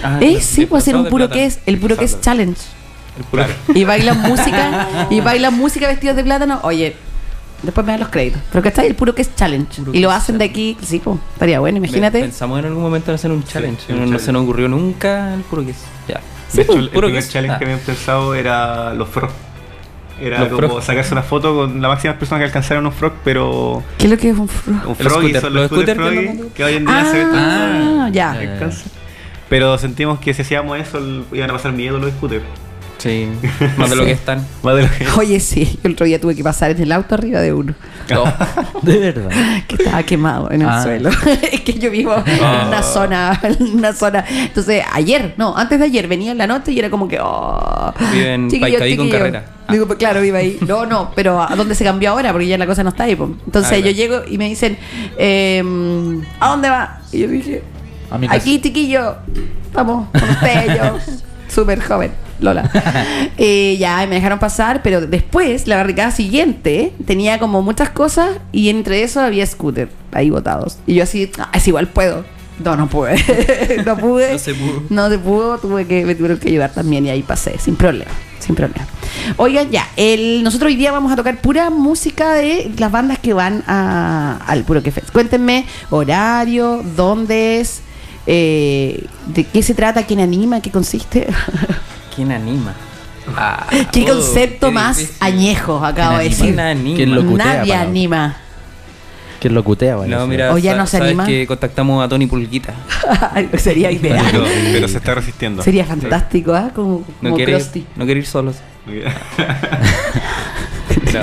Ah,
Eh,
de-
sí,
de
puede ser
pasado
un
de
puro
plátano.
que es, el puro que es challenge.
El puro
Y bailan música, y bailan música vestidos de plátano. Oye, después me dan los créditos. Pero que está el puro que es challenge.
Puro
Y lo
que es
hacen de aquí, sí, pues, estaría bueno, imagínate.
Pensamos en algún momento en hacer un challenge.
un
no, no se
challenge.
nos ocurrió nunca el puro que es. Ya.
De
pues,
hecho, el,
puro
primer
queso.
challenge
Ah.
que habíamos pensado era los frogs. Era
Los
como
frogs.
sacarse una foto con la máxima persona que alcanzaron un frog, pero
¿Qué es lo que es un fro-
un
Los
frog y
scooter,
son
los
los scooters
scooter que
froggy
andan-
que hoy en día se ven tanto en-
Ah, ya.
Eh,
en alcance. Pero sentimos que si hacíamos eso el- iban a pasar miedo los scooters.
Sí, más de lo
Sí.
que están.
Más de lo que-
Oye, sí, el otro día tuve que pasar en el auto arriba de uno
De verdad.
que estaba quemado en el
Ah.
suelo. es que yo vivo en una zona, en una zona. Entonces, ayer, no, antes de ayer venía en la noche y era como que, oh.
Vive en
chiquillo,
Paicaí con
chiquillo.
carrera. Ah.
Digo, pues, claro, vive ahí. No, no, pero ¿a dónde se cambió ahora? Porque ya la cosa no está ahí. po. Entonces
Ah,
yo
claro.
llego y me dicen, ehm, ¿a dónde va? Y yo dije,
A mi casa.
aquí, chiquillo, vamos, con usted, yo, súper joven. Lola. Eh, ya, y me dejaron pasar, pero después, la barricada siguiente, tenía como muchas cosas y entre eso había scooter ahí botados. Y yo así, "Ah, es igual puedo. No, no pude. no pude.
No se pudo.
No se pudo, tuve que, me tuvieron que ayudar también y ahí pasé, sin problema, sin problema. Oigan, ya, el, nosotros hoy día vamos a tocar pura música de las bandas que van a- al Puro Que Fest. Cuéntenme horario, dónde es, eh, de qué se trata, quién anima, qué consiste.
¿Quién anima? Ah,
qué
oh,
concepto
qué
más
difícil.
añejo, acabo de
anima?
decir.
¿Quién anima?
¿Quién lo cutea,
Nadie
para-
anima.
Que lo cutea, vale.
No, mira,
¿O ya
sa-
no se
sabes
anima?
que contactamos a Tony Pulguita.
Sería
pero,
ideal.
pero se está resistiendo.
Sería fantástico, ¿ah? Como,
No
como
quiere,
Krusty.
no quiere ir solos.
No.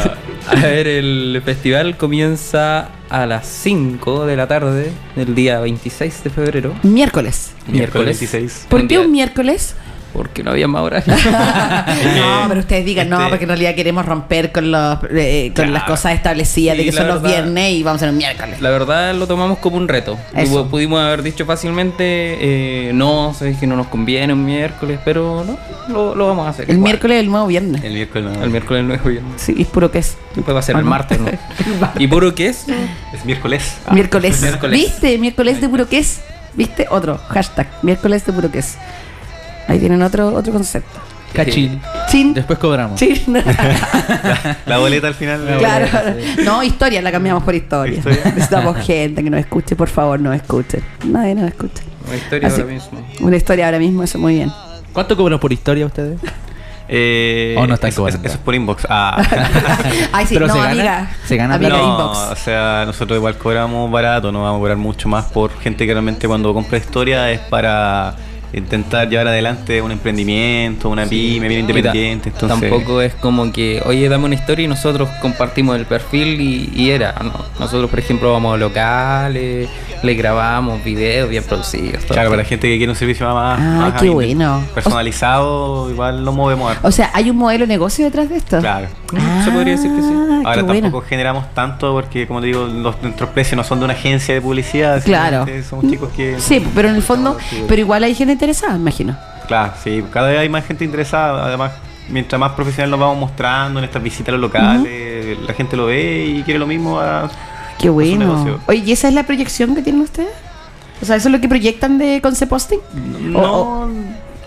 A ver, el festival comienza a las 5 de la tarde del día 26 de febrero.
Miércoles.
Miércoles 16.
¿Por
Un
qué
día-
un miércoles?
Porque no había más horario.
no, pero ustedes digan, no,
Este-
porque en realidad queremos romper con los eh, con
Claro.
las cosas establecidas de
Sí,
que
la
son los
verdad.
viernes y vamos a hacer un miércoles.
La verdad lo tomamos como un reto.
Eso.
Hubo- Pudimos haber dicho fácilmente, eh, no, sabes que no nos conviene un miércoles, pero no, lo, lo vamos a hacer.
el
igual.
miércoles es el nuevo viernes.
Eh.
El miércoles. no.
El miércoles nuevo viernes.
sí, es puro que es.
Después va a ser el
Ah, no.
martes, ¿no?
El martes.
¿Y puro qué es?
Es miércoles. Ah.
miércoles.
miércoles.
¿Viste? Miércoles de puro que es. ¿Viste? Otro hashtag. Miércoles de puro que es. Ahí tienen otro otro concepto.
Cachín.
Chin.
Después cobramos.
Chin.
La boleta al final. la
claro.
boleta.
No, historia la cambiamos por historia.
Historia.
Necesitamos gente que nos escuche, por favor, nos escuchen. Nadie nos escucha.
Una historia
Así-
ahora mismo.
Una historia ahora mismo, eso muy bien.
¿Cuánto cobran por historia ustedes?
Eh,
O no están
eso- eso,
cobrando.
eso es por inbox. Ah.
Ay, sí,
Pero
no,
se gana-
amiga.
se gana
amiga
plata.
no,
inbox.
o sea, nosotros igual cobramos barato, no vamos a cobrar mucho más por gente que realmente cuando compra historia es para intentar llevar adelante un emprendimiento, una pyme bien independiente.
Y ta-
Entonces,
Ah, Tampoco es como que, oye, dame una historia y nosotros compartimos el perfil y, y era. No, nosotros, por ejemplo, vamos a locales, le grabamos videos bien producidos. todo
Claro,
eso.
para gente que quiere un servicio más,
Ah,
más
qué
inde-
bueno.
personalizado, igual lo movemos harto.
O sea, ¿hay un modelo de negocio detrás de esto?
Claro.
Ah,
Se podría decir que sí.
Ahora
qué
tampoco
bueno.
generamos tanto porque, como te digo, los- nuestros precios no son de una agencia de publicidad.
Claro.
simplemente Somos chicos que...
Sí, pero en el fondo,
Sí.
pero igual hay gente interesada, imagino.
Claro, sí, cada vez hay más gente interesada. Además, mientras más profesional nos vamos mostrando en estas visitas a los locales, la gente lo ve y quiere lo mismo. A...
Qué bueno.
negocio.
Oye, ¿y esa es la proyección que tienen ustedes? O sea, ¿eso es lo que proyectan de Concept Posting?
No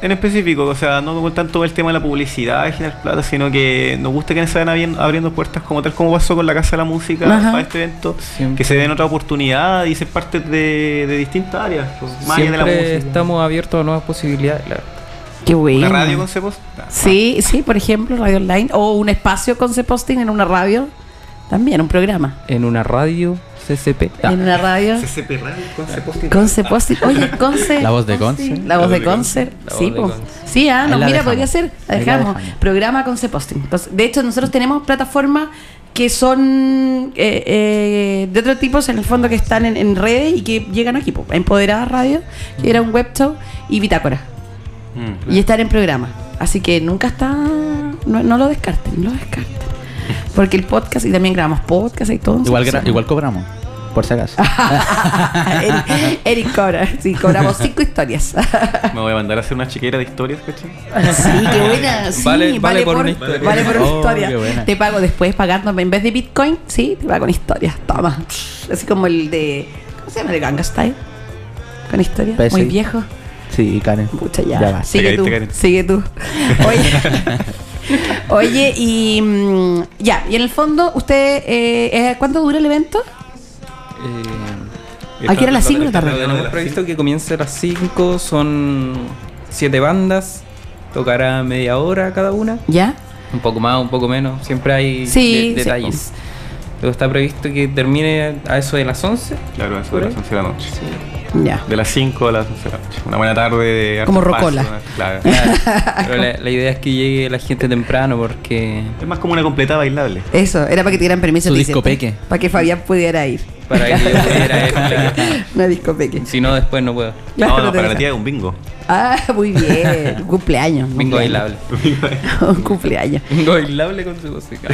en específico, o sea, no con tanto el tema de la publicidad de generar plata, sino que nos gusta que se vayan abien- abriendo puertas, como tal como pasó con la Casa de la Música
Ajá.
para este evento,
Siempre.
que se den otra oportunidad y ser parte de, de distintas áreas, pues, más allá de
Siempre
la música.
estamos abiertos a nuevas posibilidades. la verdad.
Qué bueno.
¿Una radio con Cepos?
Sí, sí, por ejemplo, radio online o un espacio Concept Posting en una radio. También, un programa.
En una radio CCP. Ah,
En una radio.
CCP Radio con Cepos.
Conce Posti. Oye, Conce.
La voz de Conce.
La voz de Conce.
La voz
Sí,
de
po.
Conce.
sí ah,
Ahí
no,
la
mira,
dejamos.
podría ser. La
Ahí la
dejamos.
dejamos.
Programa Conce Posting. Entonces, De hecho, nosotros tenemos plataforma que son eh, eh, de otro tipo, en el fondo que están en, en redes y que llegan aquí, po. Empoderada Radio, que era un web show, y Bitácora,
Mm.
y estar en programa. Así que nunca está, no, no lo descarten, no lo descarten. Porque el podcast, y también grabamos podcast y todo.
Igual, gra-
entonces-
igual cobramos, por si acaso.
Eric, Eric cobra, sí, cobramos cinco historias.
Me voy a mandar a hacer una chiquera de historias, ¿cachai?
Sí, qué buena. Sí,
Vale- vale por una historia.
Vale por una
Oh,
historia.
qué buena.
Te pago después pagándome en vez de Bitcoin, sí, te pago con historias. Toma. Así como el de. ¿Cómo se llama? El Ganga Style. Con historias.
Pues
Muy
sí.
viejo.
Sí, Karen.
Pucha, ya.
Ya va.
Sigue
Te
tú.
caíste, Karen.
Sigue tú. Oye. Oye, y. mm, Ya, y en el fondo, ¿usted. eh, eh, ¿Cuánto dura el evento? Aquí era las cinco de la tarde.
Tenemos previsto que comience a las 5, son 7 bandas, tocará media hora cada una,
¿Ya?
un poco más, un poco menos, siempre hay
Sí,
de-
sí.
detalles. Luego está previsto que termine a eso de las 11.
Claro, eso de las 11 de la noche.
Ya.
De las 5 a las 11 de la noche. Una buena tarde de
Como
harto
rocola.
paso, una- Claro.
Pero la, la idea es que llegue la gente temprano porque
Es más como una completa bailable.
Eso, era para que te dieran permiso.
Su
te dicen,
discopeque.
Para que Fabián pudiera ir.
para que yo pudiera ir.
Una discopeque.
Si no, después no puedo.
Claro,
no, no,
te
para la
deja.
tía es un bingo.
Ah, muy bien. Un cumpleaños. un
Bingo
cumpleaños.
bailable.
Un cumpleaños.
Bingo bailable con su música.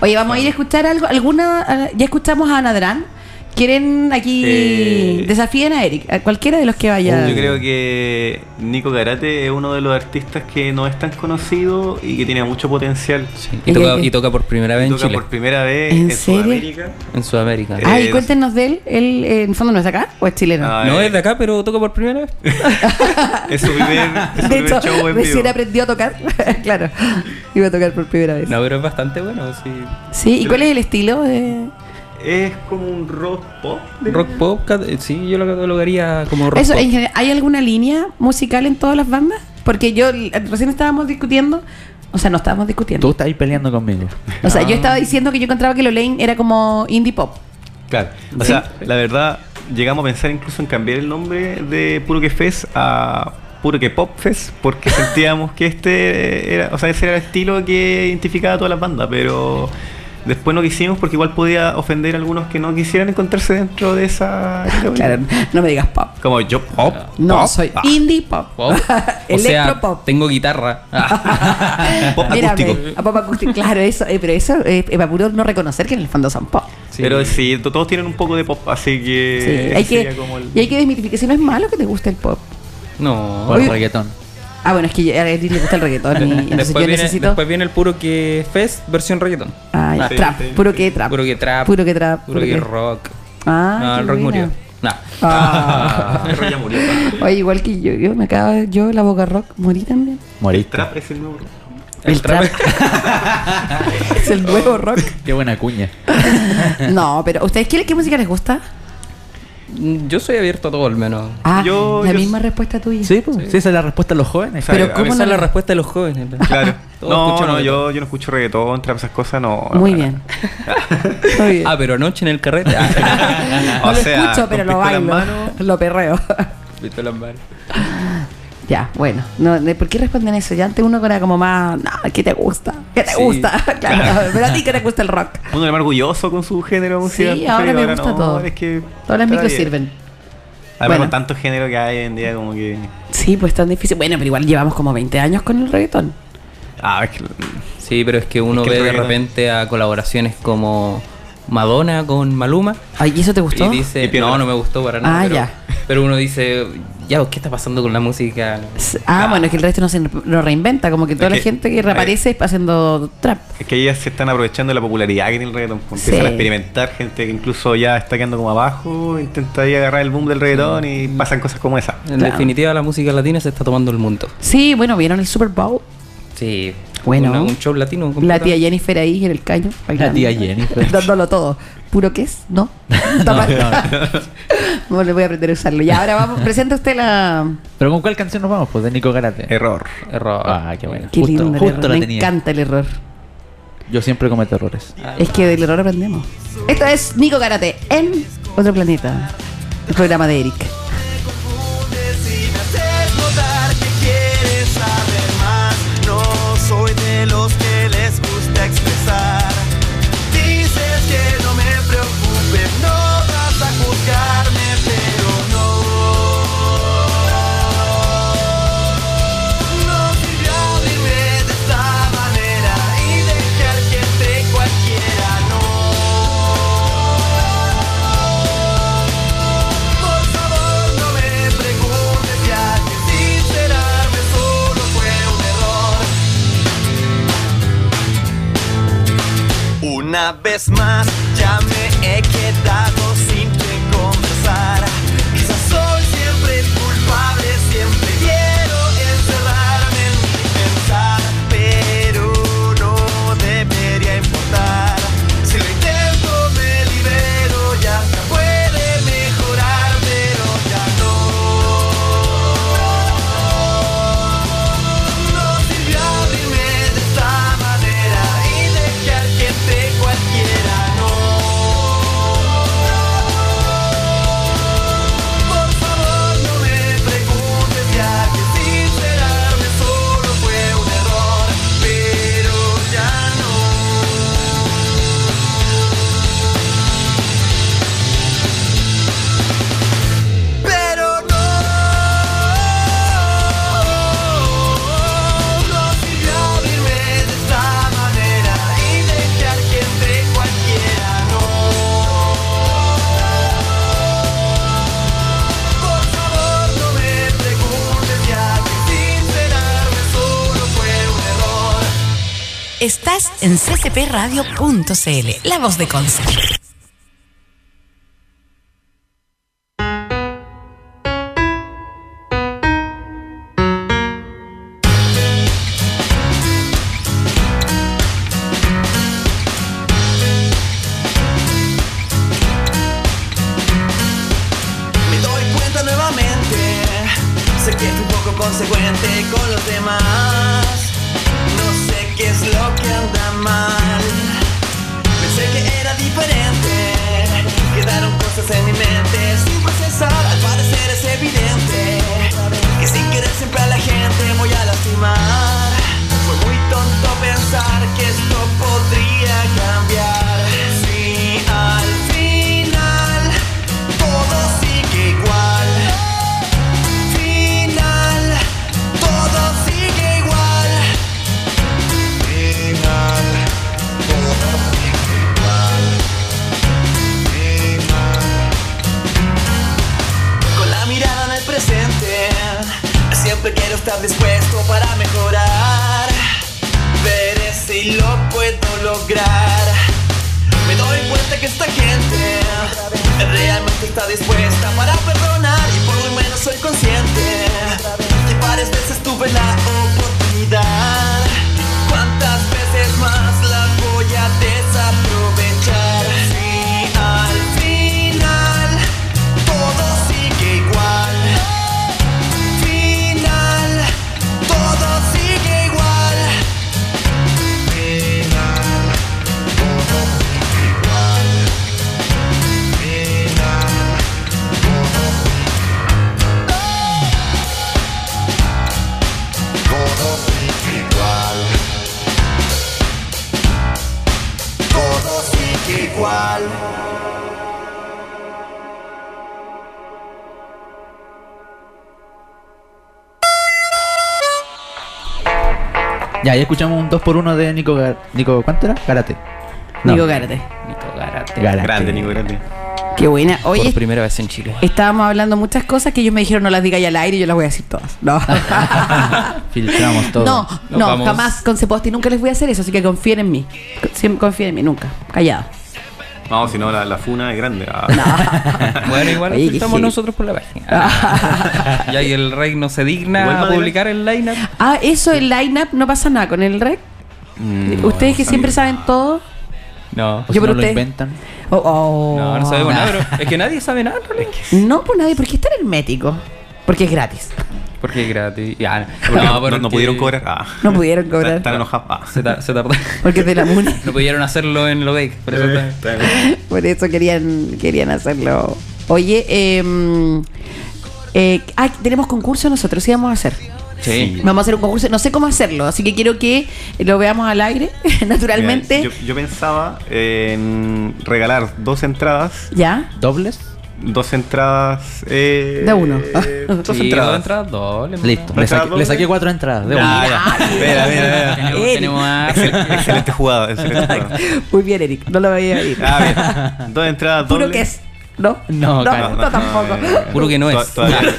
Oye, vamos a ir a escuchar algo. ¿Alguna? ah, Ya escuchamos a Nadran. ¿Quieren aquí?
Eh. oh,
Desafíen a Eric. A cualquiera de los que vaya.
Yo creo que Nico Karate es uno de los artistas que no es tan conocido y que tiene mucho potencial.
Y toca, y toca por primera vez en
Toca
Chile,
por primera vez
¿En
en,
serio?
Sudamérica.
en Sudamérica.
Eh,
Ay, cuéntenos de él. ¿Él eh, en fondo no es de acá o es chileno?
Ah,
No
eh,
es de acá, pero toca por primera vez.
Es su primer, es su
de
primer
hecho,
show en vivo.
recién aprendió a tocar. claro. Iba a tocar por primera vez.
No, pero es bastante bueno, sí.
Sí, ¿y cuál es el estilo? de-
Es como un rock pop.
Rock pop, cat- eh, sí, yo lo catalogaría como rock
Eso,
pop.
en general, ¿hay alguna línea musical en todas las bandas? Porque yo eh, recién estábamos discutiendo, o sea, no estábamos discutiendo.
Tú estás ahí peleando conmigo.
O sea, yo estaba diciendo que yo encontraba que Lolaine era como indie pop.
Claro. O sea, la verdad, llegamos a pensar incluso en cambiar el nombre de Puro que Fest a Puro que Pop Fest, porque sentíamos que este era, o sea, ese era el estilo que identificaba a todas las bandas, pero después no quisimos porque igual podía ofender a algunos que no quisieran encontrarse dentro de esa categoría.
Claro, no me digas pop.
Como yo pop.
No,
pop,
soy
ah,
indie pop.
Pop. o sea, Ah.
Electropop.
tengo guitarra.
pop
Mírame,
acústico.
a pop acústico. Claro, eso, eh, pero eso eh, es para puro no reconocer que en el fondo son pop.
Sí.
Pero sí, to- todos tienen un poco de pop, así que
Sí,
ese
hay que,
sería como el-
Y hay que desmitificar, si no es malo que te guste el pop.
O
No.
Oye.
el reggaetón.
Ah, bueno, es que a Eric le gusta el reggaetón y entonces
Después
yo
viene,
necesito...
después viene el puro que fest versión reggaeton.
Ah, ya,
Sí,
trap,
sí,
puro que trap.
Puro que trap.
Puro que trap.
Puro que rock.
Ah,
no,
qué
el rock
buena.
murió. No.
Ah.
El rock ya murió.
Oye, igual que yo, yo me acabo, yo la boca rock morí también.
Moriste.
Trap es el nuevo. rock.
El,
El
trap.
es el nuevo rock.
Qué buena cuña.
No, pero ¿ustedes qué, qué música les gusta?
yo soy abierto a todo al menos.
Ah,
Yo-
la
yo-
misma respuesta tuya.
Sí, pues, sí, esa es la respuesta a los jóvenes.
sea,
Pero
a
¿cómo
Esa
no
es la
le-
respuesta de los jóvenes. ¿no?
Claro.
Todos
No,
escuchamos
no,
de
yo, yo no escucho reggaetón, trap, esas cosas, no.
Muy
no,
bien.
todo.
Muy bien.
Ah, pero anoche en el carrete. Ah,
no
o
lo
sea,
escucho, pero
con
lo
pistola en
bailo.
mano.
Lo perreo.
Pistola en mano.
ya, bueno. No, de- ¿Por qué responden eso? Ya antes uno era como más, no, ¿qué te gusta? ¿Qué te
Sí.
gusta? claro, pero a ti que te gusta el rock.
Uno era más orgulloso con su género musical.
Sí, ahora me
preferido,
gusta
no,
todo.
Es que
Todas las
está
micros
bien.
sirven. Bueno.
Además, con tanto género que hay hoy en día, como que.
Sí, pues tan difícil. Bueno, pero igual llevamos como 20 años con el reggaetón.
Ah, es que.
Sí, pero es que uno
Es que el
ve de
reggaetón-
repente a colaboraciones como Madonna con Maluma.
Ay, ¿y eso te gustó?
Y dice,
Y Piero
no,
Gra-
no me gustó para nada.
Ah,
pero,
ya.
Pero uno dice, ya, ¿qué está pasando con la música?
S- Ah, bueno, es que el resto no se lo reinventa, como que toda
Es
la
que-
gente
eh,
que reaparece es haciendo trap.
Es que ellas se están aprovechando de la popularidad que tiene el reggaetón. pues,
Sí.
Empiezan a experimentar gente que incluso ya está quedando como abajo, intenta ahí agarrar el boom del reggaetón y pasan cosas como esa.
En
Claro.
definitiva, la música latina se está tomando el mundo.
Sí, bueno, vieron el Super Bowl.
Sí.
Bueno.
Una- un show latino.
La
completo.
tía Jennifer ahí en el caño. bailando.
tía Jennifer.
Dándolo todo. ¿Puro qué es? ¿No? Está mal. Bueno, le voy a aprender a usarlo. Y ahora vamos, presenta usted la...
Pero ¿con cuál canción nos vamos? Pues de Nico Garate.
Error.
Error.
Ah, qué bueno.
Qué
Justo-
lindo el
justo
error.
la
Me
tenía.
encanta el error.
Yo siempre cometo errores.
Es que del error aprendemos. Esto es Nico Karate en Otro Planeta. El programa de Eric.
Si me haces notar que quieres saber más, no soy de los que les gusta expresar vez más ya me he quedado sin quien conversar. Quizás soy siempre el culpable, siempre quiero encerrarme en mi pensar, pero no debería importar. Si lo intento me libero, ya hasta puede mejorar, pero ya no. No sirvió abrirme de esta manera y dejar gente cualquiera, no. Por favor, no me preguntes ya que sincerarme solo fue un error, pero ya no. Pero no, no sirvió abrirme de esta manera y dejar que entre cualquiera, no. Por favor, no me preguntes ya que sincerarme solo fue un error.
Estás en ccpradio.cl, la voz de Conce.
Me doy cuenta nuevamente, sé que es un poco consecuente con los demás. No sé qué es lo que anda mal. Pensé que era diferente, quedaron cosas en mi mente sin procesar. Al parecer es evidente que sin querer siempre a la gente voy a lastimar. Fue muy tonto pensar que esto podría cambiar. Si al final todo sigue igual. Final, todo sigue igual. Final, todo sigue igual. Final. Con la mirada en el presente, siempre quiero estar dispuesto para mejorar. Veré si lo puedo lograr. Me doy cuenta que esta gente realmente está dispuesta para perdonar y por lo menos soy consciente que varias veces tuve la oportunidad. ¿Cuántas veces más la voy a desaprovechar? Si al final todo sigue igual. Final, todo sigue igual. Final. Todo sigue igual, final, todo sigue Todo sigue igual Todo sigue igual
Ya, ya escuchamos un 2x1 de Nico Gar Nico, ¿cuánto era? Garate. No,
Nico Garte.
Nico Garate.
Garate.
Grande, Nico, grande.
Qué buena.
Por
Oye,
primera vez en Chile.
estábamos hablando muchas cosas que ellos me dijeron no las diga ya al aire y yo las voy a decir todas. No.
Filtramos todo.
No,
Nos
no,
vamos.
jamás con Seposti nunca les voy a hacer eso, así que confíen en mí. Siem- Confíen en mí, nunca. Callado.
No, si no, la, la funa es grande. Ah.
Bueno, igual
Oye, qué Ah.
estamos
heavy.
nosotros por la página. ya que el rey no se
Igual
digna a
Madera.
publicar el lineup.
Ah, eso, el line-up, no pasa nada con el rec.
Mm,
Ustedes
no,
que
no
siempre
sabía.
saben todo.
No.
O
Yo
si no
por
lo
usted.
inventan.
Oh, oh.
No, no sabemos nada, pero es que nadie sabe nada, en realidad.
No, pues nadie, porque es tan hermético. Porque es gratis.
Porque es gratis. Ya,
Porque no,
porque
no pudieron cobrar. Ah.
No pudieron
Están-
cobrar.
Están enojados. Ah.
Se, ta- se tardó.
Porque es de la MUNI.
No pudieron hacerlo en lo Bake,
Eh,
por eso está-
Por eso querían, querían hacerlo. Oye, eh, eh, ah, tenemos concurso nosotros, sí vamos a hacer.
Sí.
Vamos a hacer un concurso, no sé cómo hacerlo, así que quiero que lo veamos al aire, naturalmente.
Mira, Yo, yo pensaba en regalar dos entradas.
¿Ya?
¿Dobles?
Dos entradas. Eh,
De uno.
eh, dos
Sí,
entradas.
dos entradas doble.
Listo.
¿No
Le
está
saqué, le
doble?
saqué cuatro entradas. De una.
Ah, ya. Mira, mira, mira.
Tenemos- Tenemos a Axel.
Excelente jugada. excelente jugada.
Muy bien, Eric, no lo veía venir.
Ah, bien. Dos entradas dobles.
Puro que es, ¿no?
No,
no,
claro.
no tampoco.
eh,
Puro que no
to-
es.
todavía-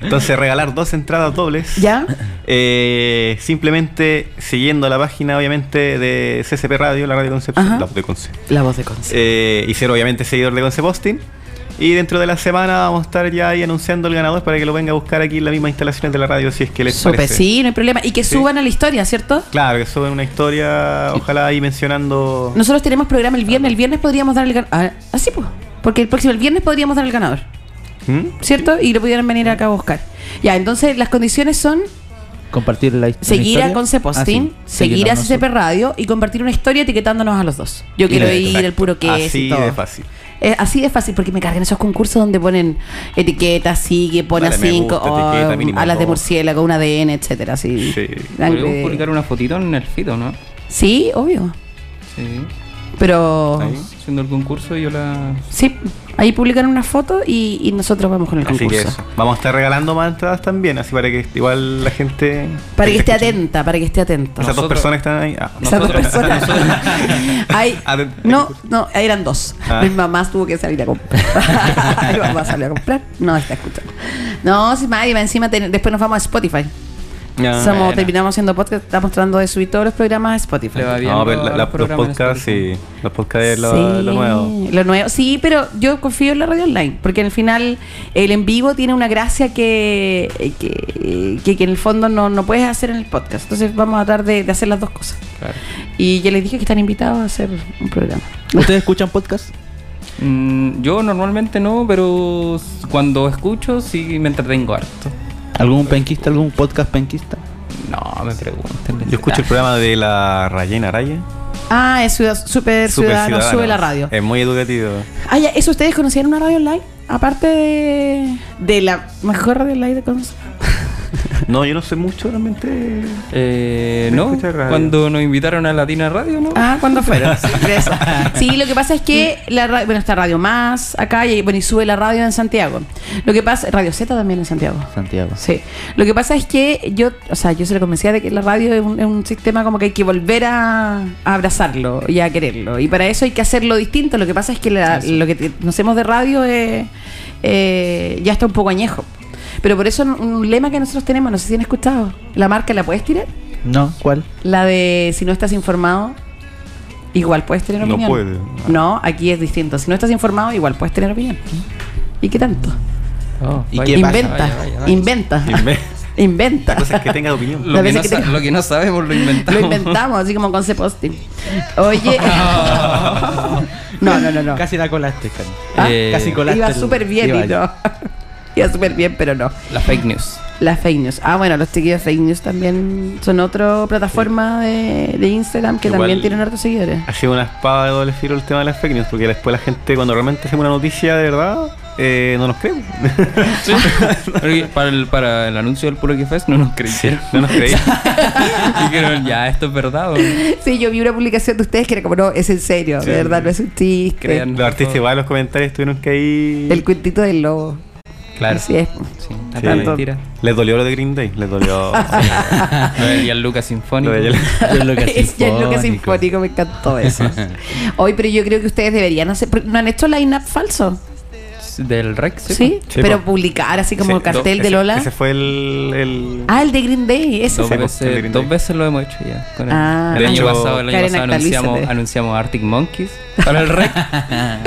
Entonces, regalar dos entradas dobles.
¿Ya?
Eh, simplemente siguiendo la página, obviamente, de CCP Radio, la radio
Ajá.
Concepción, la de Conce.
La voz de Conce.
Eh, y ser, obviamente, seguidor de Conce Posting. Y dentro de la semana vamos a estar ya ahí anunciando el ganador para que lo venga a buscar aquí en las mismas instalaciones de la radio, si es que les
Súper,
parece.
sí, no hay problema. Y que suban a la historia, ¿cierto?
Claro, que suben una historia, ojalá ahí mencionando...
Nosotros tenemos programa el viernes. El viernes podríamos dar el ganador. Así pues. Porque el próximo, el viernes podríamos dar el ganador,
¿Mm?
¿cierto? Y lo pudieran venir acá a buscar. Ya, entonces las condiciones son
Compartir la hist-
seguir
historia.
a Conce Posting,
Ah, sí.
seguir a
Seguirnos
CCP
nosotros.
Radio y compartir una historia etiquetándonos a los dos. Yo quiero
Eh, Exacto.
ir al puro que es
Así
y todo.
de fácil.
Eh, así de fácil, porque me cargan esos concursos donde ponen etiquetas, sigue, pone
Dale
a
me
5,
gusta, etiqueta, mínimo
alas de
dos.
murciélago, un ADN, etcétera. Así.
Sí.
Dan
Podríamos
Eh,
que-
publicar una fotito en el fito, ¿no?
Sí, obvio.
Sí.
Pero.
Ahí, haciendo el concurso yo la...
Sí, ahí publican una foto y, y nosotros vamos con el
Así que
concurso.
eso. Vamos a estar regalando más entradas también, así para que igual la gente...
Para que esté
escuche.
atenta, para que esté atento.
Esas
Nosotros-
dos personas están ahí. Ah, no.
Esas dos
nosotros-
personas. Hay-
Atent-
no, no, eran dos.
Ah.
Mi mamá tuvo que salir a comprar. Mi mamá salió a comprar. No, está escuchando. No, si más, y va encima ten- después nos vamos a Spotify.
Ya,
Somos-
Ah, bueno.
terminamos haciendo podcast, estamos tratando de subir todos los programas a Spotify.
Le va bien
No, pero
los-
la- la-
los
los
programas en
podcasts, sí.
Spotify.
Los podcasts es lo, lo nuevo.
Lo nuevo, sí, pero yo confío en la radio online, porque en el final el en vivo tiene una gracia que, que, que- que en el fondo no, no puedes hacer en el podcast. Entonces vamos a tratar de, de hacer las dos cosas.
Claro.
Y yo les dije que están invitados a hacer un programa.
¿Ustedes escuchan podcast?
Mm, yo normalmente no, pero s- cuando escucho sí me entretengo harto.
¿Algún penquista? ¿Algún podcast penquista?
No, me pregunten.
Yo escucho el programa de la Rayena Araya.
Ah, es ciudad, super,
Super
ciudadano, Eh.
Ciudadanos.
sube la radio.
Es muy educativo.
Ah, ya, ¿eso ustedes conocían una radio online? Aparte de, de la mejor radio online de Conce.
No, yo no sé mucho realmente.
Eh,
Me
no,
escucha radio.
cuando nos invitaron a Latina Radio, ¿no?
Ah, ¿cuándo fueron? Sí, de eso. Sí, lo que pasa es que la ra- bueno, está Radio Más acá y, bueno, y sube la radio en Santiago. Lo que pasa, Radio Z también en Santiago.
Santiago.
Sí. Lo que pasa es que yo, o sea, yo se lo convencía de que la radio es un, es un sistema como que hay que volver a, a abrazarlo y a quererlo. Y para eso hay que hacerlo distinto. Lo que pasa es que la- lo que te- conocemos de radio es, eh, ya está un poco añejo. Pero por eso un- un lema que nosotros tenemos, no sé si han escuchado, la marca la puedes tirar.
No, ¿cuál?
La de si no estás informado, igual puedes tener
No
opinión.
puede.
No, aquí es distinto. Si no estás informado, igual puedes tener opinión. ¿Y qué tanto?
Oh,
¿Y
vaya,
qué pasa?
vaya,
inventa,
vaya, vaya, vaya.
inventa,
Inve-
inventa.
La cosa es que tenga opinión.
Lo
La
que,
vez
no
que
sa-
tengo-
lo que no sabemos lo inventamos.
Lo inventamos, así como con C-Posting. Oye. no, no, no, no.
Casi la colaste, Cani.
Ah,
Eh,
casi colaste.
Iba
el-
súper bien
iba
y no. Iba súper bien, pero no.
La fake news.
Las fake news. Ah, bueno, los chiquillos de fake news también son otra plataforma de, de Instagram que
Igual-
también tienen hartos seguidores.
Ha sido una espada de doble filo el tema de las fake news, porque después la gente, cuando realmente hacemos una noticia de verdad, eh, no nos creen.
Pero para, el, para el anuncio del Puro que Fest no nos creyeron.
no nos creí.
Dijeron, ya, esto es verdad. o-
Sí, yo vi una publicación de ustedes que era como, no, es en serio, de verdad, no es un chiste.
Crean.
Los artistas igual en los comentarios tuvieron que ahí.
El cuentito del lobo.
Claro.
Así es.
Sí, la
Sí.
mentira.
Les dolió lo de Green Day, les dolió.
Lo de Gianluca Sinfónico.
Lo de Gianluca.
Yo lo que
Es ya lo que sinfónico, me encantó eso. Hoy, pero yo creo que ustedes deberían hacer. ¿No han hecho line-up falso?
Del Rex.
Sí.
Sí,
pero
po.
publicar así como
Sí,
cartel
do-
de
ese-
Lola.
Ese fue el. el-
Ah, el de Green Day, ese.
Dos,
Sí, pues, el Green
veces, dos
Day.
veces lo hemos hecho ya. con el-
Ah.
el
De
año
hecho,
pasado, el año
Karen,
pasado anunciamos,
actualízate.
anunciamos Arctic Monkeys para el Rex.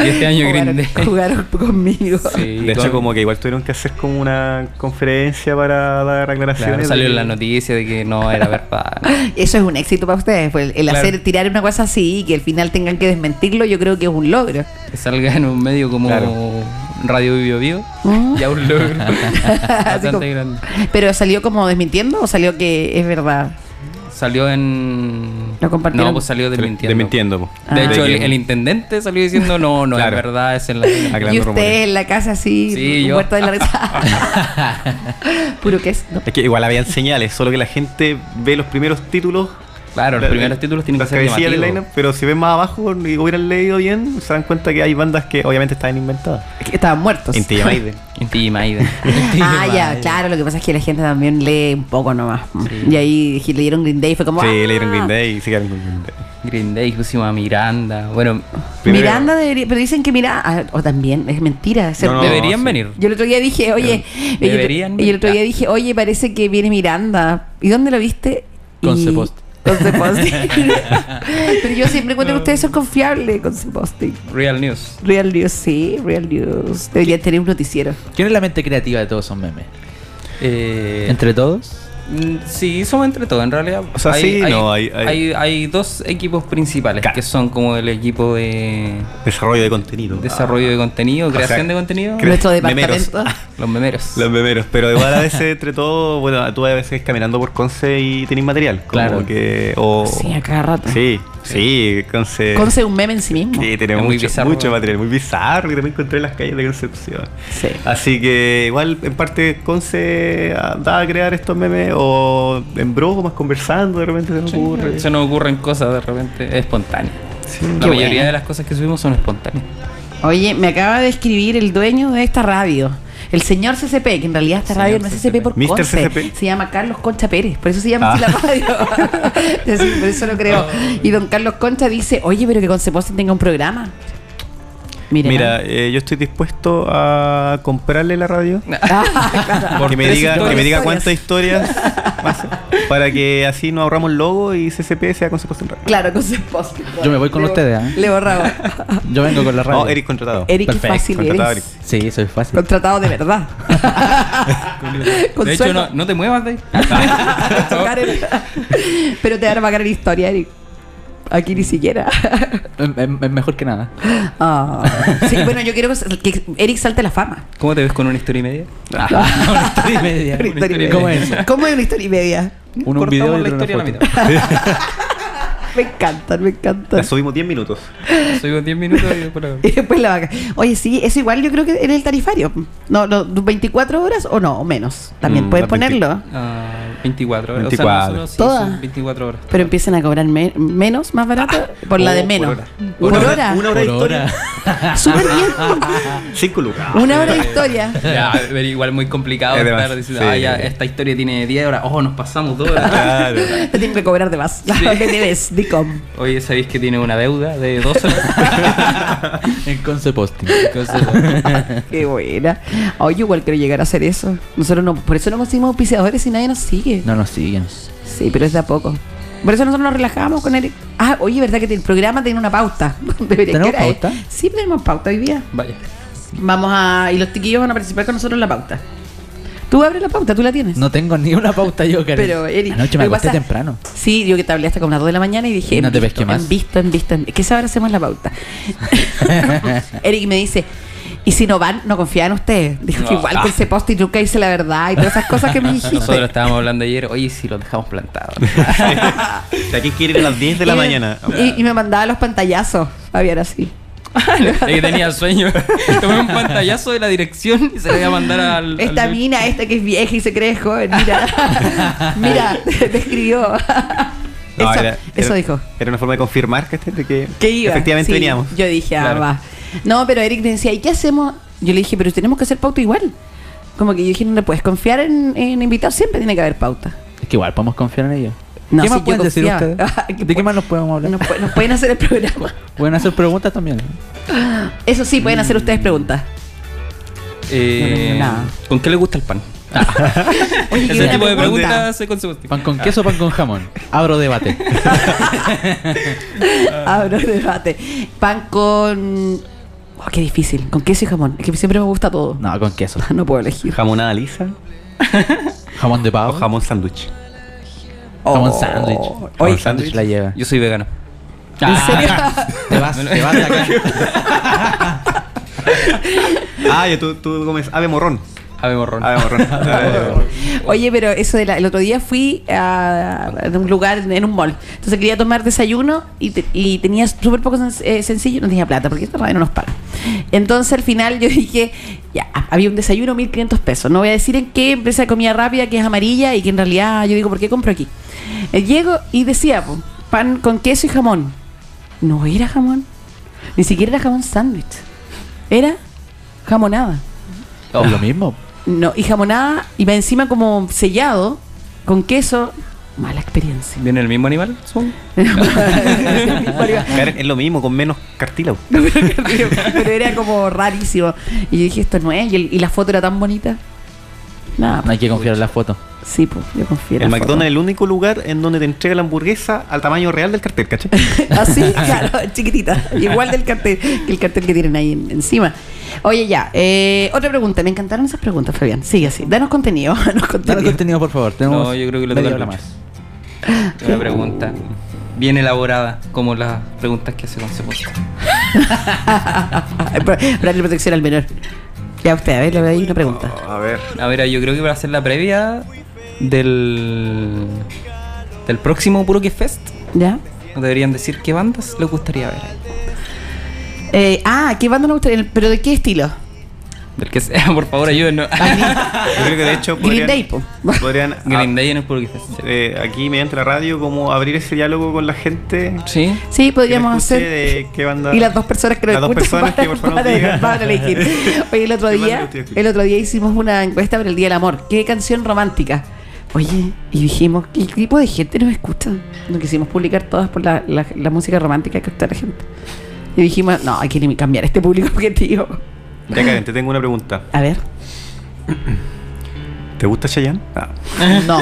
y este año Green
jugaron,
Day.
jugaron conmigo.
Sí,
de hecho,
con-
como que igual tuvieron que hacer como una conferencia para dar aclaraciones.
Claro, salió
de-
la noticia de que no era verdad.
Eso es un éxito para ustedes. pues, el
Claro.
hacer, tirar una cosa así y que al final tengan que desmentirlo, yo creo que es un logro.
Que salga en un medio como
Claro.
Radio Bio Bio.
Mm.
Ya un logro.
Así
Bastante
como-
grande.
Pero salió como desmintiendo o salió que es verdad.
Salió en.
Lo compartieron.
No, pues salió desmintiendo.
Desmintiendo. po.
De
Ah.
hecho, el,
que-
el intendente salió diciendo: No, no
Claro.
es verdad, es en la.
Aclarando
Y usted
rumores.
en la casa así,
Sí, yo.
muerto de la risa. Puro que es. ¿no?
Es que igual habían señales, solo que la gente ve los primeros títulos
Claro, los
La-
primeros títulos tienen que
las
ser
cabecillas del
llamativos.
lineup, pero si ven más abajo y hubieran leído bien, se dan cuenta que hay bandas que obviamente están inventadas.
Es que estaban muertos.
En Tillamaide.
Inti Maida.
Ah, ya, claro, lo que pasa es que la gente también lee un poco nomás. Y ahí dije, leyeron Green Day y fue como.
Sí,
¡ah!
leyeron Green Day y se quedaron con Green Day.
Green Day, pusimos a Miranda. Bueno,
Primero-
Miranda debería. Pero dicen que Miranda. ah, o también, es mentira. se-
No, no,
deberían
sí.
venir.
Yo el otro día dije, oye. y el otro-
Deberían
Y el otro día
venir.
dije, oye, parece que viene Miranda. ¿Y dónde lo viste?
Con
Y-
Cepost.
Con Cepost. Pero yo siempre encuentro que ustedes son confiables con Ceposting.
Real News.
Real News, sí, Real News. Deberían tener un noticiero.
¿Quién es la mente creativa de todos esos memes?
Eh,
¿Entre todos?
Mm, Sí, somos entre todos, en realidad.
O sea, sí, no, hay- hay-
hay dos equipos principales,
Claro.
que son como el equipo de
Desarrollo de contenido.
desarrollo de contenido,
Ah, sea,
creación de contenido,
cre-
Nuestro
memeros.
departamento.
los memeros.
Ah, Los beberos, pero igual a veces entre todo, bueno, tú a veces caminando por Conce y tenés material. Como
Claro.
que. O,
Sí, a cada rato.
Sí, sí,
Eh,
Conce.
Conce es un meme en sí mismo.
Sí, tenemos
Es muy
mucho,
bizarro.
mucho material, muy bizarro que también encontré en las calles de Concepción.
Sí.
Así que igual en parte Conce ah, da a crear estos memes o en bromas conversando de repente se me
Sí,
ocurre.
Se nos ocurren cosas de repente espontáneas.
Sí.
La
Qué
mayoría
bueno.
de las cosas que subimos son espontáneas.
Oye, me acaba de escribir el dueño de esta radio. El señor CCP, que en realidad esta
Señor
radio no es CCP por
Mr.
Conce.
CCP.
Se llama Carlos Concha Pérez, por eso se llama
Ah.
así la radio. Es decir, por eso lo creo.
Ah.
Y don Carlos Concha dice, oye, pero que Conce Posten tenga un programa. Mira.
Mira, eh, yo estoy dispuesto a comprarle la radio. que, me
tres
diga, que me
historias.
diga cuántas historias más, para que así nos ahorramos el logo y CCP sea Conce Posten Radio.
Claro, Conce Posten.
Yo me voy con
Le-
ustedes, ¿eh?
Le borraba.
Yo vengo con la radio.
No, Eric contratado.
Eric, qué
Perfecto,
fácil
contratado,
eres.
Eric.
Sí, soy fácil.
Contratado de verdad. Con
de hecho,
sueldo.
no, no te muevas de ahí.
Tocar el- Pero te van a pagar la historia, Eric. Aquí ni siquiera.
Es es mejor que nada.
Ah. Sí, bueno, yo quiero que- que Eric salte a la fama.
¿Cómo te ves con una historia y media?
Una historia y media.
Una historia y media.
¿Cómo es eso?
¿Cómo es una historia y media?
Uno un
Cortamos
video y otro
la
una
historia a la
foto.
mitad.
Me encantan, me
La
encantan.
subimos 10 minutos.
Subimos 10 minutos y después la-
Y después la vaca. Oye, sí, eso igual yo creo que en el tarifario. No, no, 24 horas o no, o menos. También
Mm,
puedes
las 20.
ponerlo.
Ah, 24 horas.
24.
O sea, nosotros sí,
Todas.
son 24 horas.
Pero empiecen a cobrar me- menos, más barato, por la
Oh,
de
por
menos.
hora.
Por
Una
hora.
Una hora de
Por
historia.
Súper bien.
Cinco lucas.
Una hora de historia.
Ya, pero igual muy complicado
Es
estar
demasiado,
diciendo,
sí.
ah, ya, esta historia tiene 10 horas, oh, nos pasamos 2 horas.
Claro.
Te tienen que cobrar de más. Me debes, Dicom.
Oye, ¿sabéis que tiene una deuda de 2 horas?
En Conce Posting.
Qué buena. Oye, igual quiero llegar a hacer eso. Nosotros no, por eso no conseguimos auspiciadores y nadie nos sigue.
No nos siguen.
Sí, pero es de a poco. Por eso nosotros nos relajamos con Eric. Ah, oye, verdad que el programa tiene una pauta. Debería-
¿Tenemos
¿qué hora es?
pauta?
Sí, tenemos pauta hoy día.
Vaya.
Vamos a. Y los chiquillos van a participar con nosotros en la pauta. Tú abres la pauta, tú la tienes.
No tengo ni una pauta yo, Karen.
Pero, Eric,
Anoche me
lo que
acosté
pasa-
temprano.
Sí, yo que te hablé hasta como las 2 de la mañana y dije,
No
en
te
visto,
pesqué más.
en visto, en visto, en visto. Que esa hora hacemos la pauta. Eric me dice, y si no van, no confían en ustedes. Dijo que
No.
igual
ah.
que se post y nunca dice la verdad y todas esas cosas que me dijiste.
Nosotros estábamos hablando ayer, oye, si los dejamos plantados.
De aquí quiere ir a las 10 de la
Y me-
mañana.
Y, y me mandaba los pantallazos, Fabián, así.
Ella tenía sueño. Tomé un pantallazo de la dirección y se lo voy a mandar al.
Esta
al-
mina, esta que es vieja y se cree joven, mira. mira, te escribió.
No,
eso,
era-
eso
era-
dijo.
Era una forma de confirmar que, este- de que,
que iba.
efectivamente
Sí,
veníamos.
Yo dije, ah,
Claro.
va. No, pero Eric me decía, ¿y qué hacemos? Yo le dije, pero tenemos que hacer pauta igual. Como que yo dije, no le puedes confiar en, en invitados, siempre tiene que haber pauta.
Es que igual podemos confiar en ellos.
No,
¿Qué
si
más
yo
pueden decir
confiaba.
ustedes? ¿De
pu-
qué más nos podemos hablar?
Nos, pu- nos pueden hacer el programa.
Pueden hacer preguntas también.
Eso sí, pueden hacer ustedes preguntas.
Eh,
No, no, no, nada.
¿Con qué le gusta el pan?
Oye,
Ese
y una
tipo de
pregunta.
preguntas se consumen.
¿Pan con queso o pan con jamón? Abro debate.
Abro debate. Pan con. Oh, qué difícil. Con queso y jamón. Es que siempre me gusta todo.
No, con queso.
No puedo elegir.
¿Jamonada lisa
Jamón de
o
pavo.
jamón sándwich?
Jamón
Oh.
sándwich.
Oye,
Jamón sándwich la lleva.
Yo soy vegano.
¿En serio?
Te vas, te vas de acá.
Ah, yo tú, tú comes ave morrón.
Ave morrón.
Ah, borrón. Ah,
Oye, pero eso de la- el otro día fui a, a un lugar en un mall. Entonces quería tomar desayuno y, te- y tenía súper poco sen- eh, sencillo, no tenía plata porque esta radio no nos paga. Entonces al final yo dije, ya, había un desayuno 1500 pesos. No voy a decir en qué empresa de comida rápida que es amarilla y que en realidad yo digo, ¿por qué compro aquí? Eh, Llego y decía, po, pan con queso y jamón. No era jamón. Ni siquiera era jamón sándwich. Era jamonada.
Es lo mismo.
No, y jamonada y va encima como sellado con queso. Mala experiencia.
¿Viene el mismo animal? supongo?
Karen, es lo mismo, con menos cartílago.
Pero era como rarísimo. Y yo dije, esto no es. Y, el- y la foto era tan bonita. Nada,
No hay que confiar en la foto.
sí, pues, yo confío. en
El
la foto.
McDonald's es el único lugar en donde te entrega la hamburguesa al tamaño real del cartel, ¿cachai?
Así, Ah, claro, chiquitita. Igual del cartel, que el cartel que tienen ahí en- encima. Oye, ya. eh, otra pregunta. Me encantaron esas preguntas, Fabián. Sigue así. Danos contenido. Danos
Dale
contenido.
contenido, por favor. Tenemos
No, yo creo que lo
media
toca
hora
el
más.
Una pregunta bien elaborada, como las preguntas que hace Concepción.
Para darle protección al menor. Ya usted, a ver, le voy a dar una pregunta.
A ver.
A ver, yo creo que va a ser la previa del del próximo Puro que Fest.
¿Ya?
Nos deberían decir qué bandas les gustaría ver. ahí.
Eh, ah, ¿qué banda nos gustaría? ¿Pero de qué estilo?
Del que sea, por favor, ayúdenos.
Yo creo que de hecho
Green
podrían,
Day, po.
podrían
Green Day en el Puro que Fest.
ah, eh, aquí mediante la radio como abrir ese diálogo con la gente.
Sí.
Sí,
Que
podríamos
nos escuche
hacer.
de qué banda-
Y las dos personas que nos
Las dos
escuchan
personas que, por favor, nos digan.
van a elegir. Oye, el otro
¿Qué banda le
día,
gustaría escuchar?
el otro día hicimos una encuesta por el Día del Amor. ¿Qué canción romántica? Oye, y dijimos, ¿qué tipo de gente nos escucha? Nos quisimos publicar todas por la, la- la música romántica que escucha la gente. Y dijimos, no, hay que elim- cambiar este público objetivo.
Ya Karen, te tengo una pregunta.
A ver.
¿Te gusta Chayanne? Ah.
No.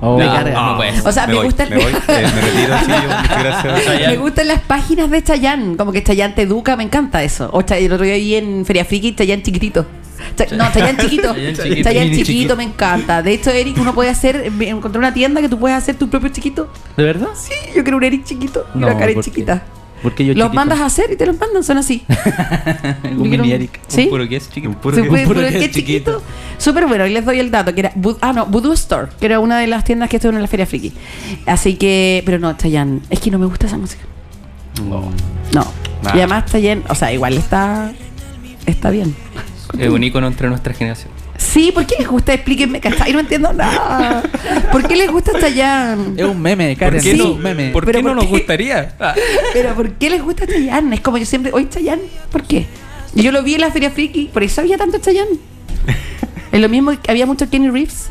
Oh.
Me
No,
carga.
no puede ser.
Ah, O sea, me,
voy,
gusta el-
Me voy, eh, me retiro, sí, yo, muchas gracias.
Me gustan las páginas de Chayanne, como que Chayanne te educa, me encanta eso. O Chay- el otro día vi en Feria Friki Chayanne chiquitito. Cha- no, Chayanne chiquito.
Chayanne chiquito.
Chayanne
Mini
chiquito
chiquito.
me encanta. De hecho, Eric, uno puede hacer, encontrar una tienda que tú puedes hacer tu propio chiquito.
¿De verdad?
Sí, yo quiero un Eric chiquito y una
No,
Karen
¿por qué?
chiquita.
Porque yo
Los
chiquito.
mandas a hacer y te los mandan, son así.
Un
Yo quiero
mini
un-
Eric.
Sí.
Un Puro que es chiquito.
Puro
Se
que-
puede,
puro
pero
que
qué
es
chiquito.
chiquito.
Súper bueno, y les doy el dato, que era Vood- ah no, Voodoo Store, que era una de las tiendas que estuvo en la Feria Friki. Así que, pero no, Chayanne, es que no me gusta esa música.
Oh.
No.
Nah.
Ah.
Y además Chayanne, o sea, igual está está bien.
Es un ícono entre nuestra generación.
Sí, ¿por qué les gusta? Explíquenme, ¿cachai? No entiendo nada. ¿Por qué les gusta Chayanne?
Es un meme, Karen.
qué
es
no?
un meme.
¿Por
Pero
qué no
¿por
nos
qué?
gustaría? Ah.
Pero ¿por qué les gusta Chayanne? Es como yo siempre, hoy Chayanne, ¿por qué? Yo lo vi en la Feria Friki, por eso había tanto Chayanne. Es lo mismo que había mucho Kenny Reeves.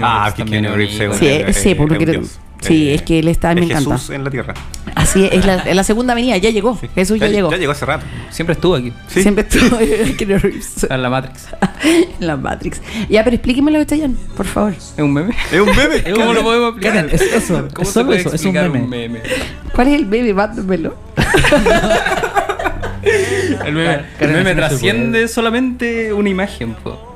Ah, que
También
Keanu
un
Reeves
ícono.
es
Sí,
un-
sí,
es
por lo
un
que-
dios.
sí,
Eh,
es que él está- me
es
encanta.
Jesús en la tierra.
Así es, es la, es la segunda avenida, ya llegó. Jesús ya, llegó.
Ya llegó hace rato.
Siempre estuvo aquí.
Sí.
Siempre estuvo Keanu Reeves
En la Matrix.
en la Matrix. Ya, pero explíqueme lo de Chayanne, por favor.
¿Es un meme?
Es un bebé.
¿Cómo lo podemos aplicar?
Karen, es eso,
¿Cómo
es
se
solo
puede
eso, es un
explicar
meme.
¿Cuál es el baby? Mándamelo.
El meme, el
Karen, así
meme
no se
trasciende solamente una imagen, po.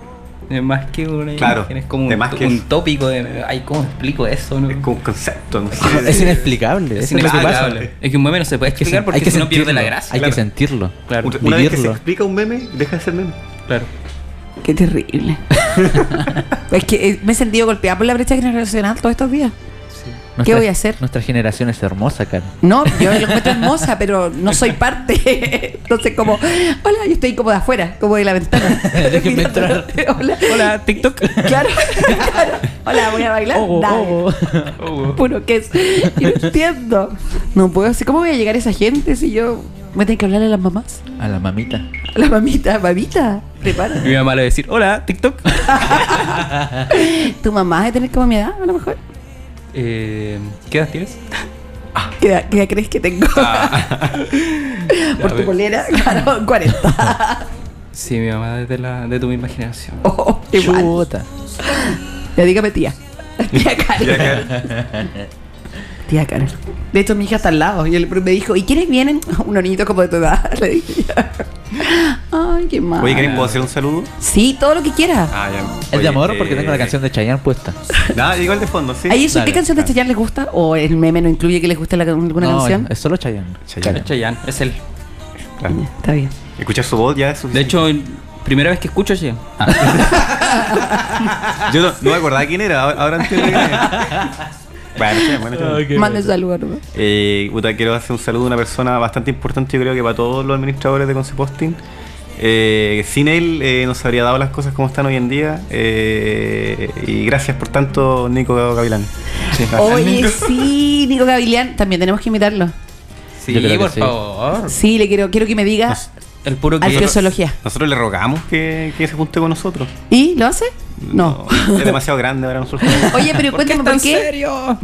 Es más que una
Claro,
imagen, es como
de
un,
más que
un
eso.
tópico de... Ay, ¿cómo explico eso? No?
Es como un concepto, no sé.
Es inexplicable.
Es
eso es lo que pasa.
inexplicable. Es que un meme no se puede
Hay que
explicar
sen-
porque
hay que
si no pierde la
sentirlo,
gracia.
Hay que
Claro,
sentirlo.
Claro.
Una- Una vez que se
Vivirlo.
explica un meme, deja de ser meme.
claro.
Qué terrible. es que eh, me he sentido golpeada por la brecha generacional todos estos días.
Nuestra-
voy a hacer?
Nuestra generación es hermosa, Karen.
No, yo lo encuentro hermosa, pero no soy parte. Entonces, como, hola, yo estoy como de afuera, como de la ventana.
Déjenme entrar.
Hola.
Hola, TikTok.
Claro, claro. Hola, voy a bailar.
Oh,
Dale.
oh.
puro que es. Y No entiendo. No puedo así. ¿Cómo voy a llegar a esa gente si yo me tengo que hablar a las mamás?
A la mamita.
A la mamita, mamita, prepara.
Y mi mamá le va a decir, hola, TikTok.
Tu mamá debe tener como mi edad, a lo mejor.
Eh, ¿Qué edad tienes?
¿Qué edad, qué edad crees que tengo? Por tu polera, claro, 40.
Sí, mi mamá es de, la, de tu misma generación.
Oh, igual.
Chuta.
Ya dígame tía. Tía
Ya,
Karen.
Karen,
Tía Karen. De hecho, mi hija está al lado. Y él me dijo, ¿y quiénes vienen? Unos niñitos como de tu edad. Le dije Ay, qué mal.
Oye, Karen, ¿puedo hacer un saludo?
Sí, todo lo que quieras.
Ah, ya.
Es
Oye,
de amor porque
eh,
tengo la canción de Chayanne puesta.
Nada, igual de fondo, sí.
Ay, eso,
Dale.
¿qué canción de Chayanne les gusta? ¿O el meme no incluye que les guste la- alguna
No,
canción?
es solo Chayanne.
Chayanne.
Karen.
Es Chayanne, es él.
Claro.
Está bien.
Escuchar su voz ya es
De
suficiente.
hecho, Primera vez que escucho Che.
Yo no, no me acordaba quién era, ahora, ahora entiendo quién era. Bueno, che, bueno, che.
Mande saludos. ¿no?
Eh, puta, quiero hacer un saludo a una persona bastante importante, yo creo que para todos los administradores de Conseposting. Eh, sin él eh, nos habría dado las cosas como están hoy en día. eh, y gracias por tanto, Nico Gavilán.
Ah,
Oye, sí, Nico Gavilián, también tenemos que invitarlo.
Sí,
Yo creo que
por
sí.
favor.
Sí, le quiero, quiero que me diga
El puro que.
arqueozoología.
Nosotros le rogamos que, que se junte con nosotros.
¿Y lo hace? No.
Es demasiado grande ahora nosotros.
Oye, pero cuéntame por qué.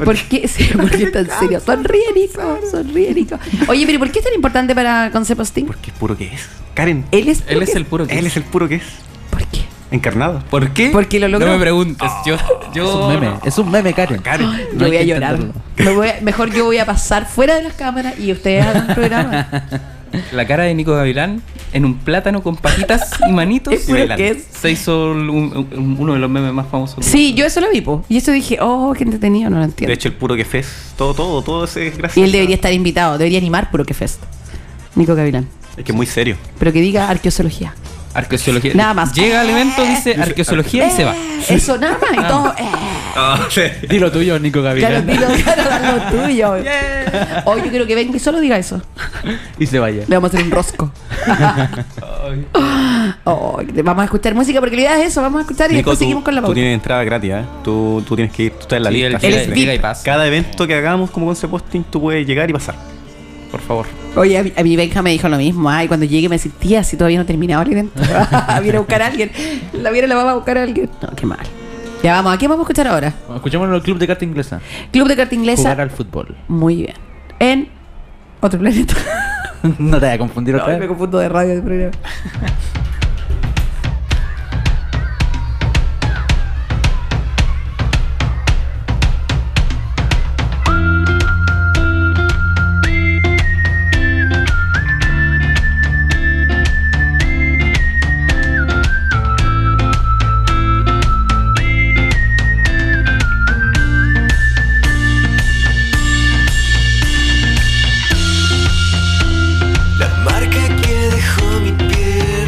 ¿Por qué? Sí, ¿por qué tan serio? Sonríe, Nico. Sonríe, Nico. Oye, pero ¿por qué es tan importante para Concept Posting?
Porque es puro que es. Karen,
Él es.
Él es el puro que.
él es el puro que es.
¿Por qué?
Encarnado.
¿Por qué?
Porque lo logró.
No me preguntes. Yo.
Es
yo
un meme, es un meme, Karen.
Yo
No hay
voy a
que
llorar.
entenderlo.
Me voy a- mejor yo voy a pasar fuera de las cámaras y ustedes hagan el programa.
La cara de Nico Gavilán en un plátano con patitas y manitos.
Es puro
bailando.
que es.
Se hizo un- un- uno de los memes más famosos.
Sí, yo eso lo vi, po. Y eso dije, oh, qué entretenido, no lo
De
entiendo.
hecho, el puro que es. Todo, todo, todo ese es gracias.
Y él debería estar invitado, debería animar Puro que Fest. Nico Gavilán.
Es que es muy serio.
Pero que diga arqueozoología.
Arqueozoología.
Nada más.
Llega al evento, dice arqueozoología y se va. Ah.
Eh, Eso nada más, y todo. eh,
Dilo tuyo, Nico
claro,
Gavilán.
dilo, claro, lo tuyo. Hoy yo quiero que venga y solo diga eso.
Y se vaya.
Le vamos a hacer un rosco. Oh, vamos a escuchar música porque la idea es eso. Vamos a escuchar y
Nico,
después
tú-
seguimos con la
Tú
pauta.
tienes entrada gratis, ¿eh? Tú, tú tienes que ir. Tú estás en la
Sí,
lista.
el
así
Él
que
es
que-
VIP.
llega y pasa.
Cada evento que hagamos como Conce Posting, tú puedes llegar y pasar. Por favor.
Oye, a mí, a mí Benja me dijo lo mismo. Ay, cuando llegue me sentía así todavía no terminaba el evento. Ah, viene a buscar a alguien. La viene, la va a buscar a alguien. No, qué mal. Ya vamos, ¿a qué vamos a escuchar ahora?
Bueno, Escuchémonos en el club de carta inglesa.
Club de Carta
Jugar
Inglesa.
al fútbol.
Muy bien. En otro planeta.
No te voy a confundir otra
Ay,
vez.
me confundo de radio de programa.
La marca que dejó mi piel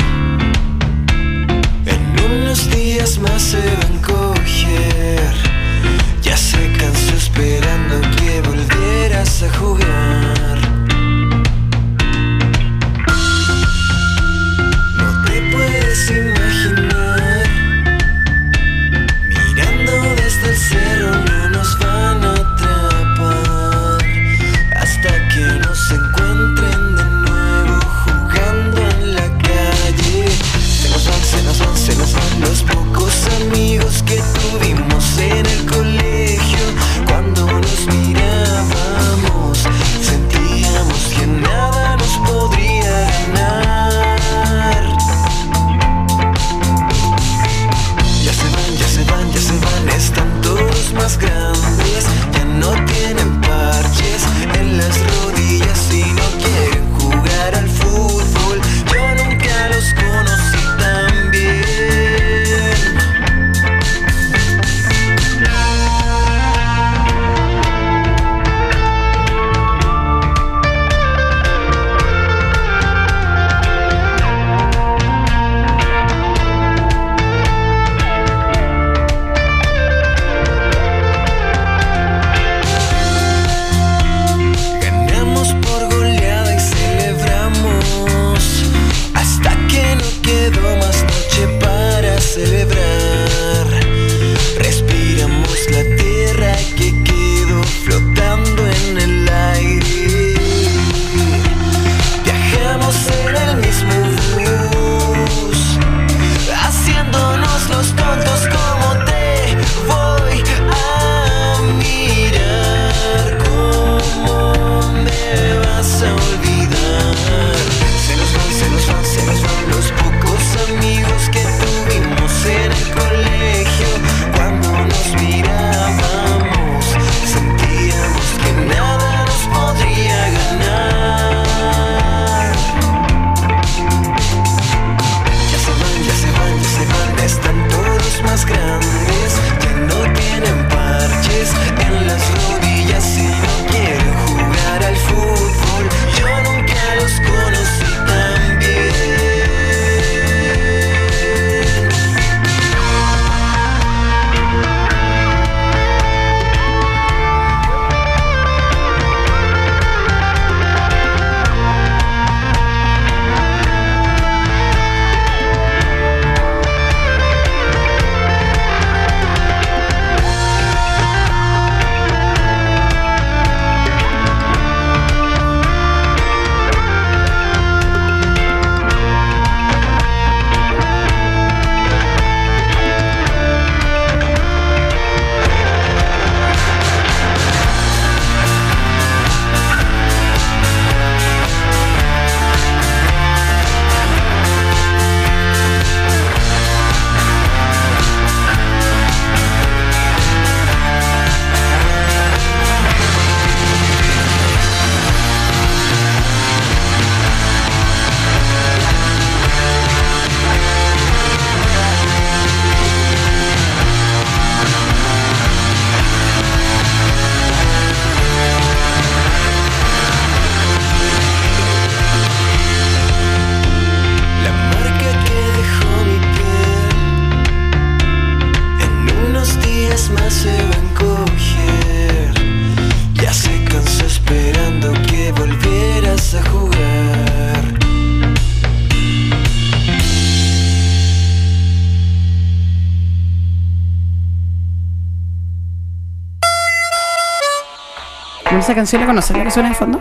esa canción la conocen, la que suena de fondo.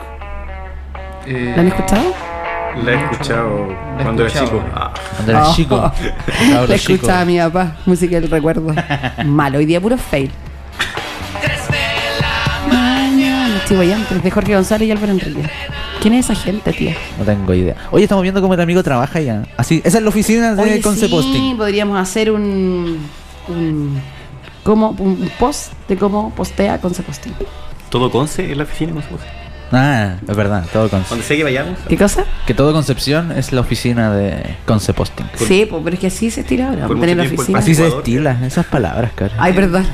Eh,
¿La han escuchado?
La he escuchado
La he
cuando era
escuchado.
chico. Ah,
Cuando era
Oh.
chico. Ahora
la
chico.
escuchaba mi papá, música del recuerdo. Malo, hoy día puro fail. Mañana, antes de Jorge González y Álvaro Enrique. ¿Quién es esa gente, tía?
No tengo idea. Oye, estamos viendo cómo el amigo trabaja ya. Así, esa es la oficina de
Oye,
Conce
sí,
Posting.
podríamos hacer un, un, como, un post de cómo postea Conce Posting.
¿Todo Conce en la oficina? Conce, Conce.
Ah, es verdad, todo Conce.
Donde sea que vayamos.
¿Qué cosa?
Que todo Concepción es la oficina de Conce Posting.
Sí, pues, pero es que así se estira ahora.
por mucho
Tener
tiempo el
oficinas.
Así se
Ecuador.
estila, esas palabras, cara.
Ay, perdón.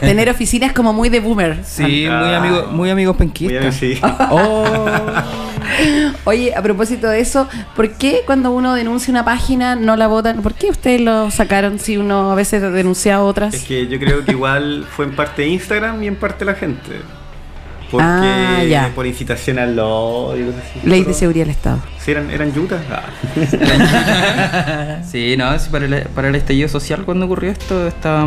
Tener oficinas como muy de boomer.
Sí,
Ah.
muy amigos muy amigos
Voy a
penquistas.
ver si-
Oye, a propósito de eso, ¿por qué cuando uno denuncia una página no la votan? ¿Por qué ustedes lo sacaron si uno a veces denuncia a otras?
Es que yo creo que igual fue en parte Instagram y en parte la gente. Porque
Ah, ya.
por incitación al odio. y cosas así.
Ley
Pero-
de seguridad del Estado.
Sí, eran, eran yutas. Ah.
Sí, no, sí, para, el, para el estallido social cuando ocurrió esto estaba,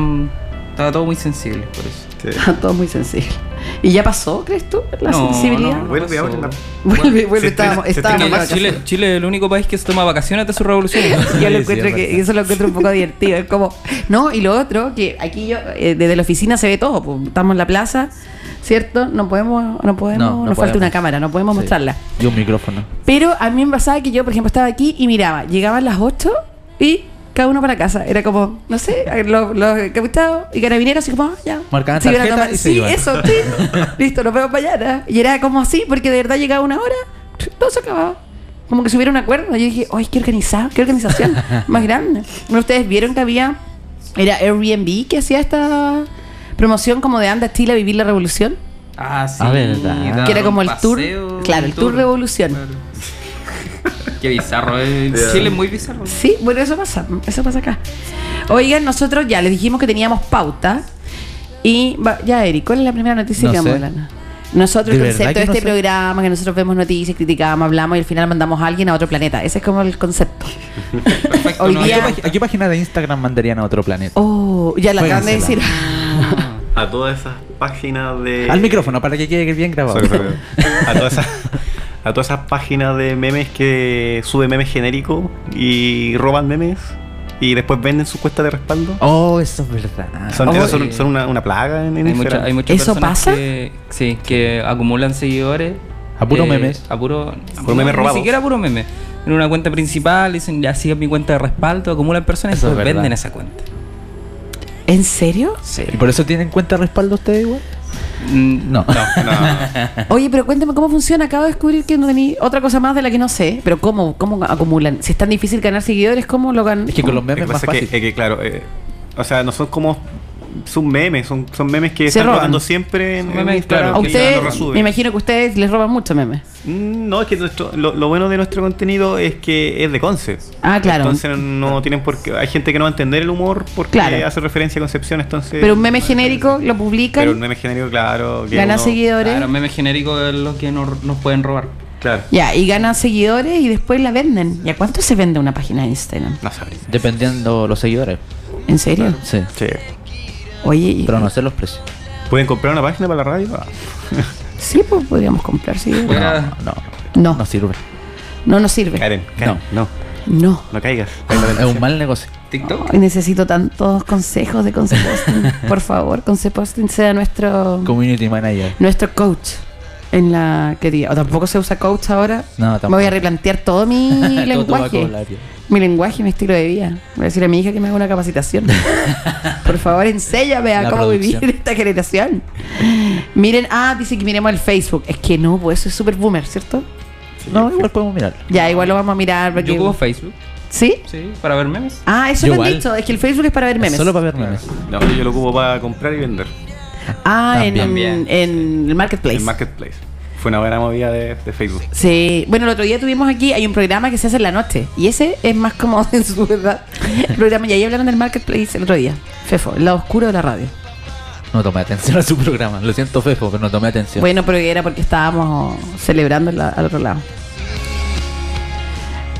estaba todo muy sensible, por eso.
Sí.
Todo muy sensible. ¿Y ya pasó, crees tú, la
No,
sensibilidad?
no,
Vuelve
pasó.
ahora la-
Vuelve, vuelve,
se estrena-
estábamos,
se estrena
estábamos
más
en
Porque
vacaciones.
Chile, Chile es el único país que se toma vacaciones de su revolución.
Yo lo
Sí, sí,
encuentro
es
que,
verdad.
eso lo encuentro un poco divertido. Es como, no, y lo otro, que aquí yo, eh, desde la oficina se ve todo. po. Estamos en la plaza, ¿cierto? No podemos, no podemos,
No, no
nos falta una
podemos.
cámara, no podemos
Sí.
mostrarla.
Y un micrófono.
Pero a mí me pasaba que yo, por ejemplo, estaba aquí y miraba, llegaban las 8 y cada uno para casa. Era como, no sé, los los capturados y carabineros, así como, ah, ya.
Marcaban
Se iban a
tarjeta
tomar-
y se
Sí,
iban.
eso, sí. Listo, nos vemos mañana. Y era como así, porque de verdad llegaba una hora, todo se acababa. Como que se hubiera un acuerdo. Yo dije, ¡ay, qué organizado! ¡Qué organización más grande! Bueno, ustedes vieron que había. Era Airbnb que hacía esta promoción como de anda estilo a vivir la revolución.
Ah, sí.
Ah, verdad.
dar
Que era como el
un
tour.
paseo,
Claro,
un
el tour Revolución.
Claro. Qué bizarro, eh.
Ya.
Chile es muy bizarro.
Sí, bueno, eso pasa, eso pasa acá. Oigan, nosotros ya les dijimos que teníamos pauta. Y va- ya, Eric, ¿cuál es la primera noticia
No
que vamos a
sé.
hablar? Nosotros, el
¿De verdad
concepto de
que no
este
sé?
programa, que nosotros vemos noticias, criticamos, hablamos y al final mandamos a alguien a otro planeta. Ese es como el concepto.
Perfecto.
Hoy
no,
¿A qué,
día-
yo-
pag- a qué página de Instagram mandarían a otro planeta?
Oh, ya la acaban de decir.
Juégansela.
A todas esas páginas de.
Al micrófono, para que quede bien grabado.
Sorry, sorry. A todas esas. A todas esas páginas de memes que suben memes genéricos y roban memes y después venden su cuesta de respaldo.
Oh, eso es verdad.
Son,
Oh,
esos
sí.
son, son una, una plaga en, en
Hay,
Instagram.
mucha- hay muchas
¿Eso
personas
pasa?
Que, sí, que acumulan seguidores. Eh,
A puro memes.
A puro,
A puro memes robados.
Ni siquiera a puro memes. En una cuenta principal, dicen, ya sigan mi cuenta de respaldo, acumulan personas y
Eso es
después
verdad.
venden esa cuenta.
¿En serio?
Sí.
¿Y por eso tienen cuenta de respaldo ustedes igual?
Mm,
No.
No,
Oye, pero cuéntame cómo funciona. Acabo de descubrir que no tenía otra cosa más de la que no sé. Pero ¿cómo, cómo acumulan? Si es tan difícil ganar seguidores, ¿cómo lo ganan?
Es que con los
lo que
memes es más
pasa es
fácil.
que, es que, claro, eh, o sea, no son como. Son memes, son, son memes que
Se
están
roban.
rodando siempre en,
Son
en
memes,
Instagram.
A
claro,
que Instagram lo
ustedes,
resube.
me imagino que a ustedes les roban mucho memes.
Mm, No, es que nuestro- lo, lo bueno de nuestro contenido es que es de Conce.
Ah, claro.
Entonces no tienen por qué. Hay gente que no va a entender el humor porque
Claro.
hace referencia a Concepción, entonces.
Pero un meme genérico lo publican.
Pero un meme genérico, claro. que
Gana
uno-
seguidores.
Claro, memes genéricos es lo que nos, nos pueden robar.
Claro.
Ya, y gana seguidores y después la venden. ¿Y a cuánto se vende una página de Instagram?
No sabría.
Dependiendo los seguidores.
¿En serio?
Sí.
Sí.
Oye, y-
Pero no sé los precios.
¿Pueden comprar una página para la radio? Ah.
sí, pues podríamos comprar seguidores.
No,
Fuera-
no.
No,
No sirve.
no nos sirve.
Karen, Karen, no. no,
No.
caigas.
Es un mal negocio.
TikTok.
Ay, necesito tantos consejos de Conce Posting. Por favor, Conce Posting sea nuestro,
Community manager.
nuestro coach en la querida. O tampoco se usa coach ahora.
No,
Me
tampoco.
voy a replantear todo mi
Todo tu
lenguaje.
vocabulario.
Mi lenguaje, mi estilo de vida. Voy a decir a mi hija que me haga una capacitación. Por favor, enséñame a
La
cómo
producción.
vivir esta generación. Miren, ah, dice que miremos el Facebook. Es que no, pues eso es súper boomer, ¿cierto?
No, igual podemos mirarlo.
Ya, igual lo vamos a mirar.
Yo
Porque...
ocupo Facebook,
¿Sí?
sí, para ver memes.
Ah, eso
Yo
me han
igual.
dicho. Es que el Facebook es para ver memes.
Solo para ver memes.
No, yo lo ocupo para comprar y vender
ah, en,
También.
en el marketplace.
en Marketplace. Fue una buena movida de, de Facebook.
Sí, bueno, el otro día tuvimos aquí, hay un programa que se hace en la noche y ese es más como en su verdad. el programa, y ahí hablaron del marketplace el otro día. Fefo, el lado oscuro de la radio.
No tomé atención a su programa. Lo siento, Fefo, pero no tomé atención.
Bueno, pero era porque estábamos celebrando la- al otro lado.
Me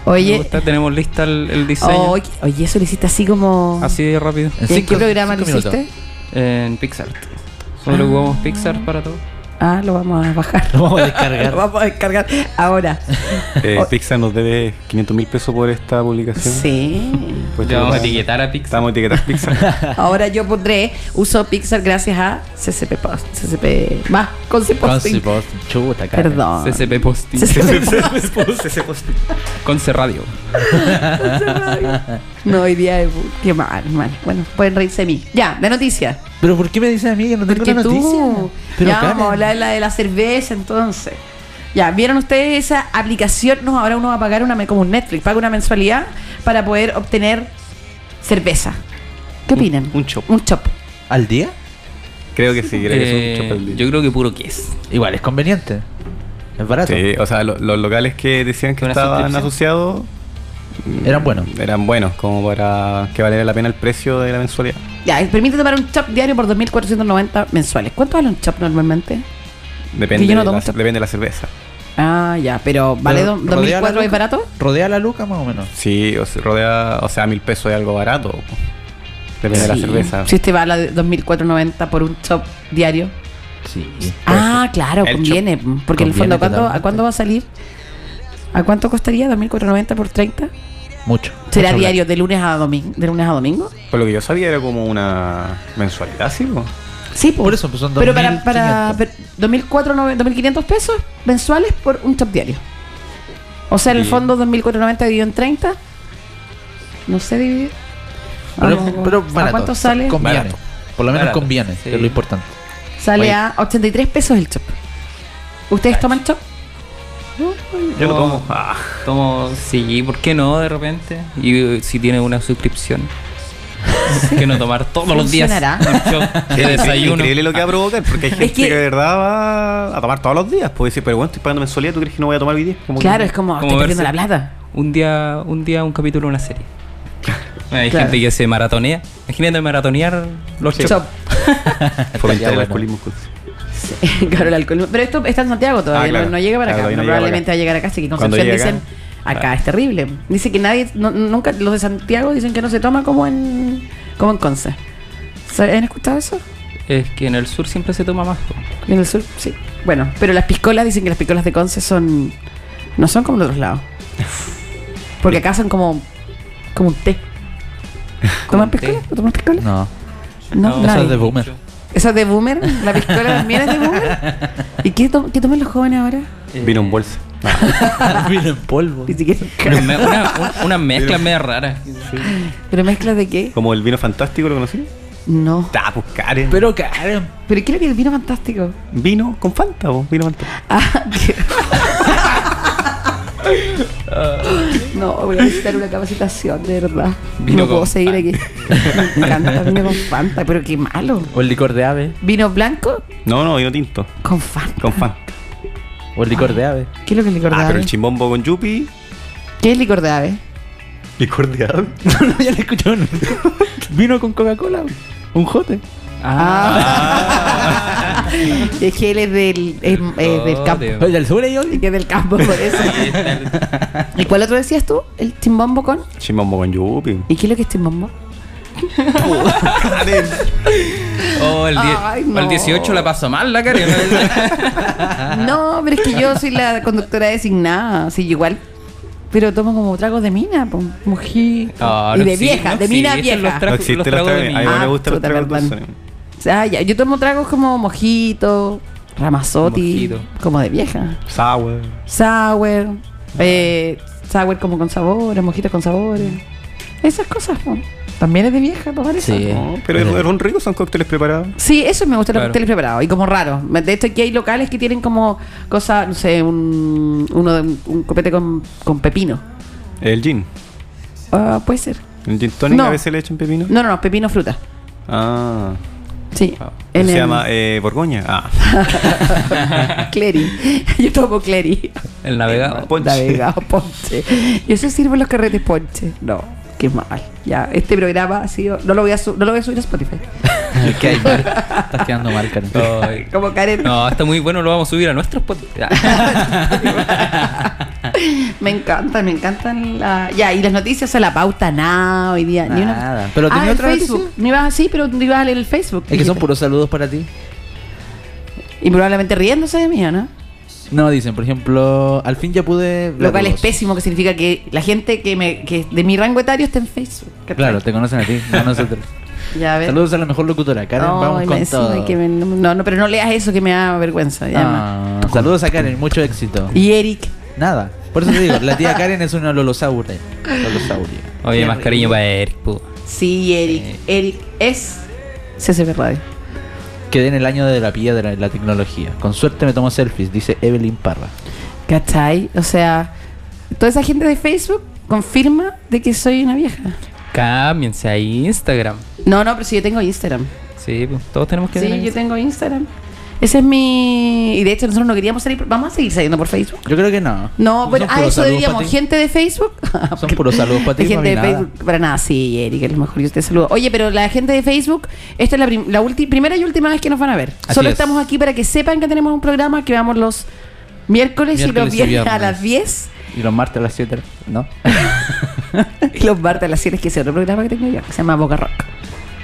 Oye,
gusta, tenemos lista el, el diseño.
oye, oye, eso lo hiciste así como.
Así de rápido.
¿Y
En
¿En
cinco-
qué programa lo
cinco minutos.
hiciste?
En Pixar. Solo ocupamos Pixar para todo.
Ah, lo vamos a bajar.
Lo vamos a descargar.
Lo vamos a descargar ahora.
Eh,
Oh.
Pixar nos debe 500 mil pesos por esta publicación.
Sí.
Pues
Le vamos a
estamos-
etiquetar a Pixar.
Estamos etiquetados Pixar.
Ahora yo pondré uso Pixar gracias a CCP Post. CCP. Va, con C Posting.
Concept, chuta, cara.
Perdón.
CCP Posting.
CCP
Con C Radio.
No, hoy día. es- Qué mal, mal. Bueno, pueden reírse de mí. Ya, de noticias.
Pero ¿por qué me dices a mí que no tengo
Porque
la
tú.
noticia? Pero
ya vamos
Karen,
a hablar de la de la cerveza entonces. Ya, ¿vieron ustedes esa aplicación? No, ahora uno va a pagar una, me- como un Netflix, paga una mensualidad para poder obtener cerveza. ¿Qué
Un-
opinan?
un chop.
Un chop.
¿Al día?
Creo que sí, creo que es un
Eh,
chopper
yo creo que puro que es.
Igual es conveniente. Es barato.
Sí, o sea, lo- los locales que decían que
Una
estaban
suscripción.
asociados
Eran buenos.
eran buenos, como para que valiera la pena el precio de la mensualidad.
Ya, y permite tomar un chop diario por 2.490 mensuales. ¿Cuánto vale un chop normalmente?
Depende,
Que yo no
de
tomo este.
la,
chop.
depende de la cerveza.
Ah, ya, pero ¿vale
Pero
do-
rodea la
2.400 es
luca-
barato?
Rodea la luca más o menos.
Sí, o sea, rodea, o sea, mil pesos es algo barato. Depende de la
Sí.
cerveza.
Si este vale de 2.490 por un chop diario.
Sí.
Ah, claro,
El
conviene. Porque en el
Conviene
fondo, ¿a cuánto, ¿a
totalmente.
cuánto va a salir? ¿A cuánto costaría? ¿2.490 por 30?
Mucho.
¿Será
Mucho
diario de lunes a domingo? ¿De lunes a domingo?
Por lo que yo sabía era como una mensualidad, ¿sí? po?
Sí, po.
Por eso, pues, son
Pero para,
2.500.
para per- 2.490 2.500 pesos mensuales por un chop diario. O sea, en el
Bien.
fondo 2.490 dividido en 30. No sé dividir.
Pero,
Vamos,
pero
ah, ¿A
barato.
cuánto sale?
Conviene.
Barato.
Por lo menos
Barato,
conviene,
sí.
que es lo importante.
Sale
Oye.
a 83 pesos el chop. ¿Ustedes toman chop?
Yo lo
No.
tomo. Ah,
Tomo, sí, ¿por qué no de repente? Y eh, si tiene una suscripción. que no tomar todos los días
Funcionará.
un chop de
es
desayuno.
increíble lo que va a provocar, porque hay gente
que-
que... de verdad va a tomar todos los días. Puede decir, pero bueno, estoy pagando mensualidad, ¿tú crees que no voy a tomar hoy día? Como que-
Claro, es como,
como
estoy perdiendo la
verse-
plata.
Un día, un día, un capítulo, una serie. Hay
Claro.
gente que se maratonea. Imagínate maratonear los
Sí.
Chop.
chops.
Fomentar el
Estaría bueno.
alcoholismo.
claro, el alcohol. Pero esto está en Santiago todavía,
Ah, claro.
no, no llega para acá. Bueno,
Claro, todavía no llega
probablemente va
para acá.
a llegar acá, así que
Cuando Ah.
Concepción
llegue acá,
dicen, acá es terrible. Dice que nadie, no- nunca, los de Santiago dicen que no se toma como en como en Conce. ¿Se- ¿Han escuchado eso?
Es que en el sur siempre se toma más. po.
En el sur, sí. Bueno, pero las piscolas dicen que las piscolas de Conce son. no son como en otros lados. Porque acá son como. como un té. ¿Toman
un té.
piscolas? ¿No toman piscolas?
No,
No,
No,
nadie.
eso es de boomer.
¿Eso es de boomer? ¿La piscola también es de boomer? ¿Y qué, to- qué toman los jóvenes ahora?
Vino en bolsa.
Vino en polvo.
Ni siquiera.
Una, me- una- una- una mezcla media rara.
¿Pero mezclas de qué?
Como el vino fantástico, ¿lo conocí?
No.
Ah, pues Karen.
Pero Karen,
Pero quiero que el vino fantástico.
Vino con Fanta, vos, vino Fanta.
Ah, que- No, voy a necesitar una capacitación, de verdad.
Vino
no puedo
con
seguir aquí. Me encanta vino con Fanta, pero qué malo.
o el licor de ave,
¿Vino blanco?
No, no, vino tinto,
Con Fanta.
con Fanta.
o el licor de ave.
¿Qué es lo que es licor de
Ah, pero
ave?
el chimbombo con Yupi.
¿Qué es licor de ave?
Licor de ave.
No, no, ya lo he escuchado nunca. Vino con Coca-Cola, un jote.
Ah. es que él es del, es- es del campo.
Joder.
Oye, del sur y yo.
Es que es del campo, por eso. ¿Y cuál otro decías tú? ¿El chimbombo con?
Chimbombo con Yupi.
¿Y qué es lo que es chimbombo?
Oh, el, die-
Ay, no.
el 18 la paso mal, la Karen.
No, pero es que yo soy la conductora designada, sí, igual. Pero tomo como tragos de mina, po, mojito.
Ah,
y
no
de
existe,
vieja,
no
de mina
existe,
vieja.
los
No
Trajo-
existe
los
los
tragos
tragos.
de mi-
A mí
Ah,
me gustan los
chuta,
tragos
perdón.
dulces.
Ah, ya, Yo tomo tragos como mojito, ramazotti,
Mojito. Ah.
como de vieja.
Sour.
Sour, eh, sour como con sabores, mojitos con sabores. Esas cosas, po. También es de vieja, tomar eso.
Sí.
No, pero es un rico, son cócteles preparados.
Sí, eso me gusta los
Claro.
cócteles preparados y como raro. De hecho, aquí hay locales que tienen como cosas, no sé, un, uno de un, un copete con, con pepino.
El gin.
Ah, puede ser.
El gin tonic
No.
a veces le echan pepino.
No, no, no, pepino fruta.
Ah.
Sí.
Se
En el-
llama eh, Borgoña. Ah.
Clery. Yo tomo Clery.
El navegado.
Ponche.
Navegado, ponche. Yo eso sirvo en los carretes ponche. No, qué mal. Ya, este programa ha sido. No lo voy a, su- no lo voy a subir a Spotify.
¿Qué hay mal? Estás quedando mal, Karen.
Ay.
Como Karen.
No, está muy bueno, lo vamos a subir a nuestros Ah, podcasts.
me encantan, me encantan la... Ya, y las noticias a la pauta, nada, hoy día. ni una- Ah,
Nada. Pero tenía
el
otra
Facebook.
noticia.
No ibas así, pero no ibas a leer el Facebook.
Es que son
dijiste.
puros saludos para ti.
Y Y probablemente riéndose de mí, ¿o ¿no?
No, dicen, por ejemplo, al fin ya pude.
Lo cual es
verlos.
pésimo, que significa que la gente que me que de mi rango etario está en Facebook. ¿cachai?
Claro, te conocen a ti, no a nosotros.
Ya a ver.
Saludos a la mejor locutora, Karen.
Ay,
vamos
me
con
encima
todo.
que me- no, no, pero no leas eso que me da vergüenza. ya
Ah, saludos a Karen, mucho éxito.
me- Y Eric.
Nada, por eso te digo, la tía Karen es una lolosauria. Lolosauria.
Oye,
Qué
más
rico.
cariño para Eric, pu.
Sí, Eric. Eric es CCP Radio.
Quedé en el año de la piedra en la tecnología. Con suerte me tomo selfies, dice Evelyn Parra.
¿Cachai? O sea, toda esa gente de Facebook confirma de que soy una vieja.
Cámbiense a Instagram.
No, no, pero si yo tengo Instagram.
Sí, pu, todos tenemos que tener
Sí, yo
Instagram.
tengo Instagram. Ese es mi... Y de hecho nosotros no queríamos salir... ¿Vamos a seguir saliendo por Facebook?
Yo creo que no.
No, pero
Son
a
puros
eso
saludos pa'
deberíamos.
ti.
Gente de Facebook.
Son puros saludos pa' ti,
Hay
pa'
Gente
mí
de
nada.
Facebook. Para nada, sí, Erika, a lo mejor yo te saludo. Oye, pero la gente de Facebook, esta es la, prim- la ulti- primera y última vez que nos van a ver.
Así
Solo
es.
estamos aquí para que sepan que tenemos un programa que vamos los miércoles, y los
Miércoles y
viernes, a
viernes.
las 10
Y los martes a las 7, ¿no?
y los martes a las 7, que es otro programa que tengo yo, que se llama Boca Rock.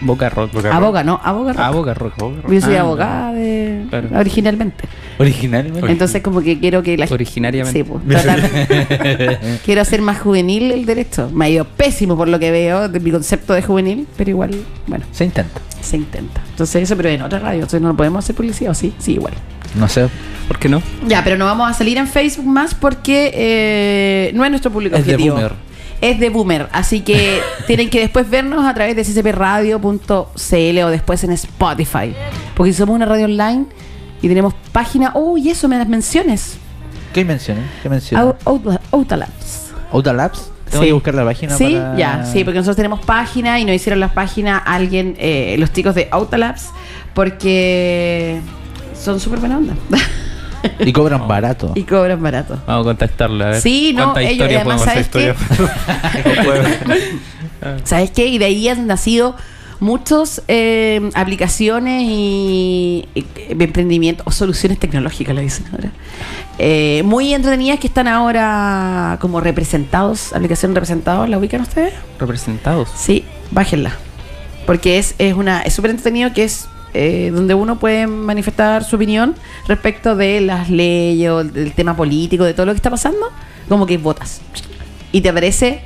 Boca Rock.
Boca Rock.
Aboga, ¿no? Aboga Rock.
Ah, Boca Rock.
Yo soy
Ah,
abogada de-
Claro.
originalmente.
Originalmente.
Entonces como que quiero que la
Originariamente.
Sí, pues, tratar- quiero hacer más juvenil el derecho. Me ha ido pésimo por lo que veo de mi concepto de juvenil, pero igual, bueno,
Se intenta.
se intenta. Entonces eso, pero en otra radio, entonces no lo podemos hacer publicidad, ¿o sí? Sí, igual.
No sé.
¿Por qué no?
Ya, pero no vamos a salir en Facebook más porque eh, no es nuestro público
Es de
objetivo.
boomer.
Es de boomer, así que tienen que después vernos a través de ccpradio.cl o después en Spotify. Porque somos una radio online y tenemos página. Uy, eso me las menciones.
¿Qué mencioné? ¿Qué mencioné?
Out- Outla- Outlabs.
¿Outa Labs? Tengo
Sí.
que buscar la página
Sí,
para-
ya, sí, porque nosotros tenemos página y nos hicieron la página alguien, eh, los chicos de Outlabs, porque son súper buena onda
Y
Oh.
cobran barato.
y cobran barato.
Vamos a contactarlo, a ver.
Sí, no,
¿Cuántas
ellos,
historias
además,
podemos hacer?
¿sabes qué? ¿Sabes qué? Y de ahí han nacido muchas aplicaciones y, y- de emprendimiento o soluciones tecnológicas, le dicen ahora. Eh, muy entretenidas que están ahora como representados, aplicación representados, ¿la ubican ustedes?
Representados.
Sí, bájenla. Porque es, es una es súper entretenido que es eh, donde uno puede manifestar su opinión respecto de las leyes, o del tema político, de todo lo que está pasando. Como que votas. Y te aparece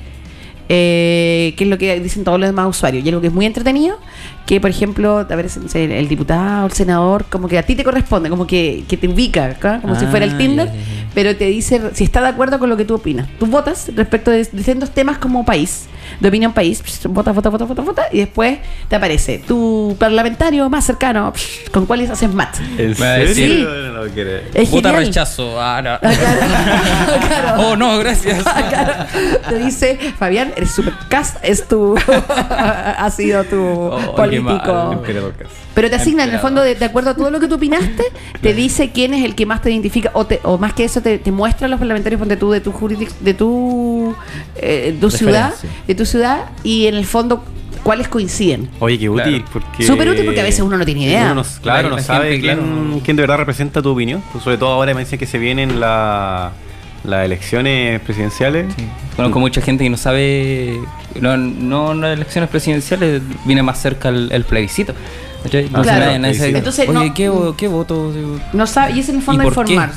eh, que es lo que dicen todos los demás usuarios. Y algo que es muy entretenido, que por ejemplo te aparece no sé, el, el diputado, el senador, como que a ti te corresponde, como que, que te ubica, ¿ca? como si
Ah,
fuera el Tinder,
ya, ya, ya.
pero te dice si está de acuerdo con lo que tú opinas. Tú votas respecto de distintos temas como país, de opinión país, psh, votas, votas, votas, votas, votas, y después te aparece tu parlamentario más cercano, psh, con cuáles haces match.
¿En
Va a
serio?
decir-
No lo quiere.
Es
Puta
genial.
rechazo. Ah, no.
claro, Ah, claro. Ah,
Oh, no, gracias.
Claro, te dice, Fabián, eres super cast, es tu. ha sido tu
qué
político.
mal.
Emperador Cas.
Pero te asignan, en el
Emperador.
fondo, de, de acuerdo a todo lo que tú opinaste, te dice quién es el que más te identifica, o, te- o más que eso, te, te muestra los parlamentarios ponte tú, de tu jurisdic- de tu, eh, tu ciudad,
Referencia.
de tu ciudad, y en el fondo, cuáles coinciden.
Oye, qué útil.
Claro.
Porque
Súper útil porque a veces uno no tiene idea.
Uno no- claro,
La-
no
la
sabe
gente,
quién,
claro.
quién de verdad representa tu opinión. Pues sobre todo ahora me dicen que se vienen la- las elecciones presidenciales.
Conozco mucha gente que no sabe. No, no, no elecciones presidenciales, viene más cerca el, el plebiscito. ¿Cachai? No
Claro.
sabe, nadie sabe-
Entonces,
Oye,
no-
¿qué, vo- ¿qué voto?
No sabe, y es en el fondo
¿Y por qué?
informar.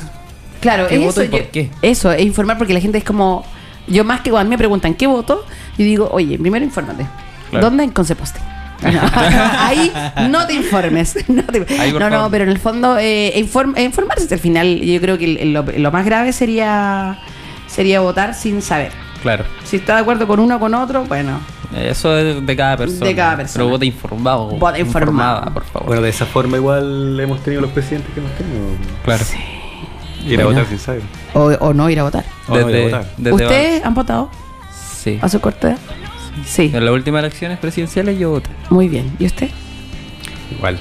Claro,
¿Qué
es
voto
eso.
y por
yo-
qué?
Eso, es informar porque la gente es como. Yo más que cuando a mí me preguntan qué voto, yo digo, oye, primero infórmate.
Claro.
¿Dónde en Conceposte? No, ahí no te informes. No, te-
Ahí, por
no, no,
favor.
pero en el fondo, eh, inform- eh, informarse al final. Yo creo que el- el- lo, lo más grave sería sería votar sin saber.
Claro.
Si está de acuerdo con uno o con otro, bueno,
Eso es de cada persona.
De cada persona.
Pero voto informado.
Vota informado.
Informada, por favor.
Bueno, de esa forma igual hemos tenido los presidentes que hemos tenido.
claro.
Ir a votar sin saber.
o, o no ir a votar.
O no ir a
Desde,
votar.
desde
¿Ustedes han votado
Sí.
a su corte? edad? Sí.
En las últimas elecciones presidenciales yo voté.
Muy bien. ¿Y usted?
Igual.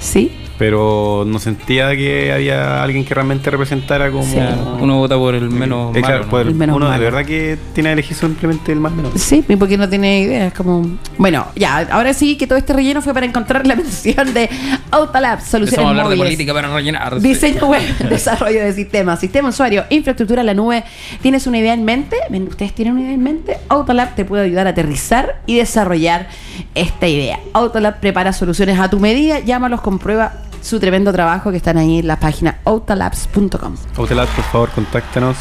Sí.
Pero no sentía que había alguien que realmente representara como.
Sí.
Uno vota por el menos
Eh,
malo.
claro,
¿no?
por el-
El menos
uno de
malo.
verdad que tiene que elegir simplemente el más menor.
Sí, y porque no tiene idea, es como... Bueno, ya, ahora sí que todo este relleno fue para encontrar la mención de Autolab, soluciones
Empezamos a hablar de
móviles.
política para rellenar.
Diseño web, desarrollo de sistemas, sistema usuario, infraestructura en la nube. ¿Tienes una idea en mente? Ven, ¿Ustedes tienen una idea en mente? Autolab te puede ayudar a aterrizar y desarrollar esta idea. Autolab prepara soluciones a tu medida. Llámalos, comprueba su tremendo trabajo que están ahí en la página outalabs.com.
Autelab, por favor, contáctanos.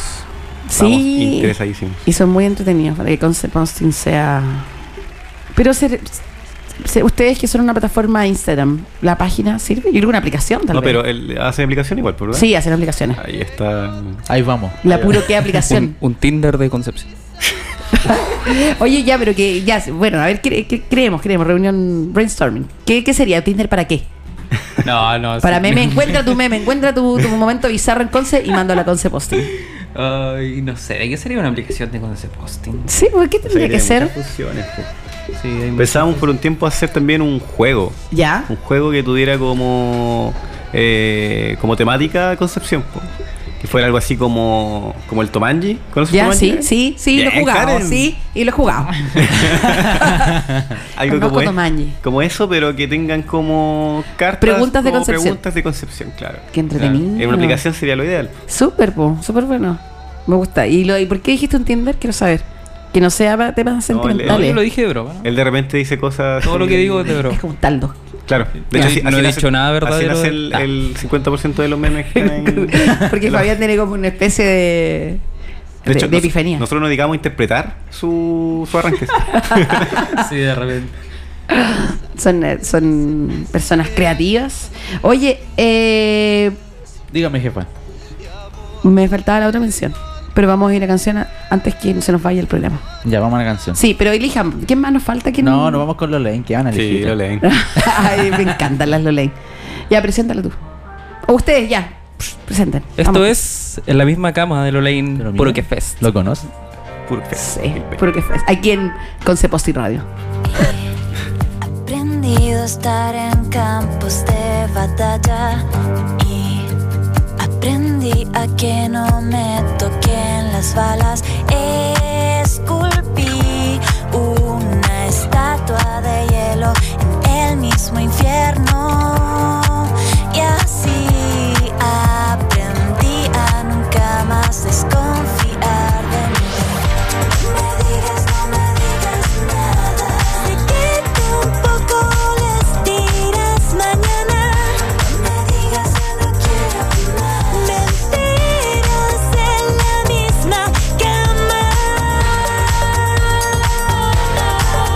Estamos
Sí.
interesadísimos.
Y son muy entretenidos para que Concept Posting sea. Pero ser- se- ustedes que son una plataforma de Instagram, ¿la página sirve? Yo creo que una aplicación tal
No,
vez.
pero Ah, él hace aplicación igual, pues, ¿verdad?
Sí, hacen aplicaciones.
Ahí está.
Ahí vamos.
Ah,
La puro que aplicación.
Un, un Tinder de Concepción.
Oye, ya, pero que ya, bueno, a ver, cre- cre- creemos, creemos, reunión brainstorming. ¿Qué, qué sería Tinder para qué?
No, no.
Para
sí.
meme, encuentra tu meme, encuentra tu, tu momento bizarro en Conce y mándalo a Conce Posting.
Ay, no sé, ¿de qué sería una aplicación de Concept Posting?
Sí, ¿por qué tendría que ser?
Sí, hay
pues. Empezamos por un tiempo a hacer también un juego.
Ya.
Un juego que tuviera como eh, como temática Concepción. po. Que fuera algo así como, como el Tomanji. ¿Conoces
Ya, sí,
Tomanji?
sí, sí, lo
Bien,
jugamos,
Karen.
sí, y lo jugamos.
Algo
Conozco
como, es-
Tomanji.
como eso, pero que tengan como cartas.
Preguntas de
como
Concepción.
Preguntas de Concepción, claro.
Qué entretenido.
En una aplicación sería lo ideal.
Súper, po, súper bueno. Me gusta. ¿Y, lo, ¿Y por qué dijiste un Tinder? Quiero saber. Que no sea para temas
No, el- el-
No, yo lo
sentimentales.
dije de broma. ¿no?
Él de repente dice cosas.
Todo lo
así-
que digo es de broma.
Es como un taldo.
Claro. De
No
hecho, así-
he- no he
así nace-
dicho nada verdadero
Así nace
del- Ah.
el, el 50% de los memes que están en-
Porque
la-
Fabián tiene como una especie de, de,
hecho,
de
nos-
epifanía.
Nosotros nos dedicamos a interpretar su, su arranque.
Sí, de repente.
Son, eh, son personas creativas. Oye, eh,
Dígame, jefa.
me faltaba la otra mención. Pero vamos a ir a canción a- antes que se nos vaya el programa.
Ya vamos a la canción.
Sí, pero elijan. ¿Quién más nos falta? ¿Quién-
No, nos vamos con los Lane, que van a elegir.
sí, lo leen.
Ay, me encantan las Loley. Ya, preséntala tú. O ustedes, ya. Psh, Presenten.
Esto
Vamos.
es en la misma cama de Lolain
Pero mira,
Puro que Fest.
¿Lo conoces?
Perfecto.
Sí, puro que fue. Aquí en Conceposti Radio.
aprendido a estar en campos de batalla y aprendí a que no me toquen las balas. Esculpí una estatua de hielo en el mismo infierno y así aprendí a nunca más desconfiar de mí. Me digas, no me digas nada. Sé que tampoco les dirás mañana. No me digas, ya no quiero más. Mentiras en la misma cama. Oh.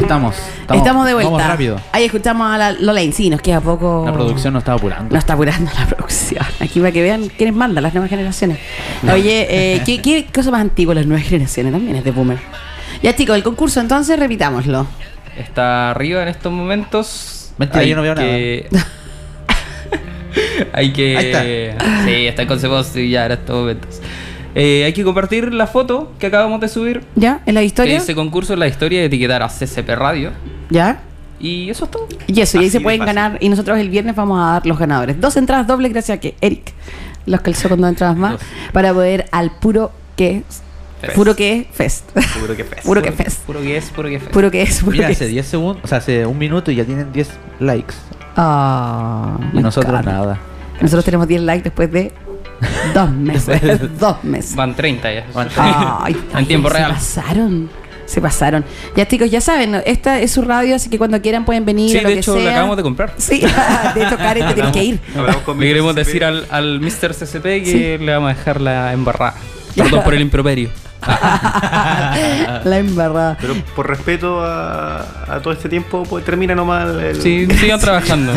Estamos, estamos.
Estamos de vuelta.
Vamos rápido.
Ahí escuchamos a la Lolain. Sí, nos queda poco.
La producción nos está apurando.
No está apurando la producción. Aquí para que vean quiénes mandan las nuevas generaciones. Oye, eh, ¿qué, ¿qué cosa más antigua las nuevas generaciones? También es de Boomer. Ya chicos, el concurso entonces repitámoslo.
Está arriba en estos momentos.
Mentira, yo no veo
nada. hay que.
Ahí
Sí, está el consejo y ya en estos momentos. Eh, hay que compartir la foto que acabamos de subir.
¿Ya? ¿En la
De
historia?
ese concurso en la historia de etiquetar a CCP Radio.
¿Ya?
Y eso es todo.
Y eso, y ahí
Así
se
de
pueden
fácil.
ganar. Y nosotros el viernes vamos a dar los ganadores. Dos entradas dobles gracias a que Eric los calzó con dos entradas más
Dos.
para poder al puro que
Fest.
puro que fest.
Puro que pez.
puro que fest.
Puro que es, puro que es.
Puro que es, puro
Mira,
que
hace
es.
10 segundos, o sea, hace un minuto y ya tienen 10 likes.
Ah,
Y
me
nosotros
encanta.
nada.
Nosotros tenemos 10 likes después de dos meses. dos meses.
Van 30 ya.
Van 30.
Ay,
en tiempo
se
real.
pasaron. Se pasaron. Ya chicos, ya saben, ¿no? esta es su radio, así que cuando quieran pueden venir.
Sí,
lo
de
que
hecho
sea.
la acabamos de comprar.
Sí, de hecho, Karen, te tienes que ir.
Hablamos con
Le queremos
Mr.
decir
CCP.
al, al Mr. CCP que le vamos a dejar la embarrada. Perdón por el improperio.
la embarrada.
Pero por respeto a, a todo este tiempo, pues termina nomás el.
Sí, sigan trabajando.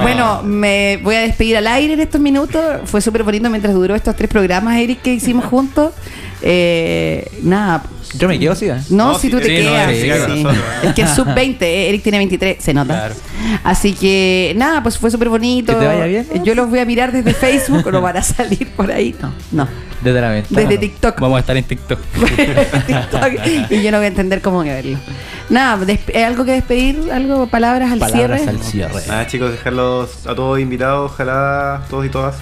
Bueno, me voy a despedir al aire en estos minutos. Fue súper bonito mientras duró estos tres programas, Eric, que hicimos juntos. Eh, nada.
Yo me quedo así, ¿eh?
No,
No,
si
sí,
tú te
sí, no,
quedas.
sí,
claro,
sí.
nosotros, ¿eh?
Es que es sub-20, eh, Eric tiene 23, se nota.
Claro.
Así que, nada, pues fue súper bonito.
Que te vaya bien, ¿no?
Yo los voy a mirar desde Facebook, no van a salir por ahí. No, no.
Desde la ventana.
Desde TikTok.
Vamos a estar en TikTok.
TikTok, y yo no voy a entender cómo que verlo. Nada, desp- eh, algo que despedir, algo, palabras al
Palabras
cierre.
al cierre.
Nada, chicos, dejarlos a todos invitados, ojalá todos y todas.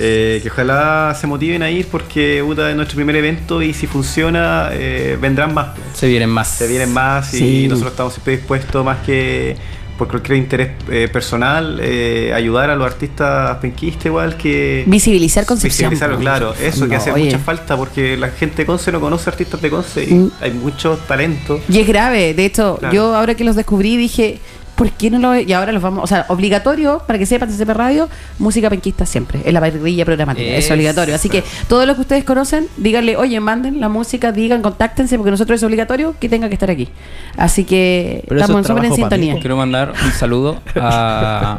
eh, que ojalá se motiven a ir porque puta, es nuestro primer evento y si funciona, eh, vendrán más.
Se vienen más.
Se vienen más y
Sí.
nosotros estamos siempre dispuestos, más que por cualquier interés eh, personal, eh, ayudar a los artistas penquistas, igual que.
Visibilizar Concepción.
Visibilizarlo, claro. Eso que hace
Oye,
mucha falta porque la gente de Conce no conoce artistas de Conce y
Mm.
hay muchos talentos.
Y es grave, de hecho,
Claro.
yo ahora que los descubrí dije, ¿por qué no lo Y ahora los vamos, o sea, obligatorio, para que sepan, CCP Radio, música penquista siempre, es la parrilla programática, es
Es-
obligatorio. Así que todos los que ustedes conocen, díganle, oye, manden la música, digan, contáctense, porque nosotros es obligatorio que tenga que estar aquí. Así que
Pero eso
estamos
es
súper en
trabajo para mí,
sintonía.
Quiero mandar un saludo a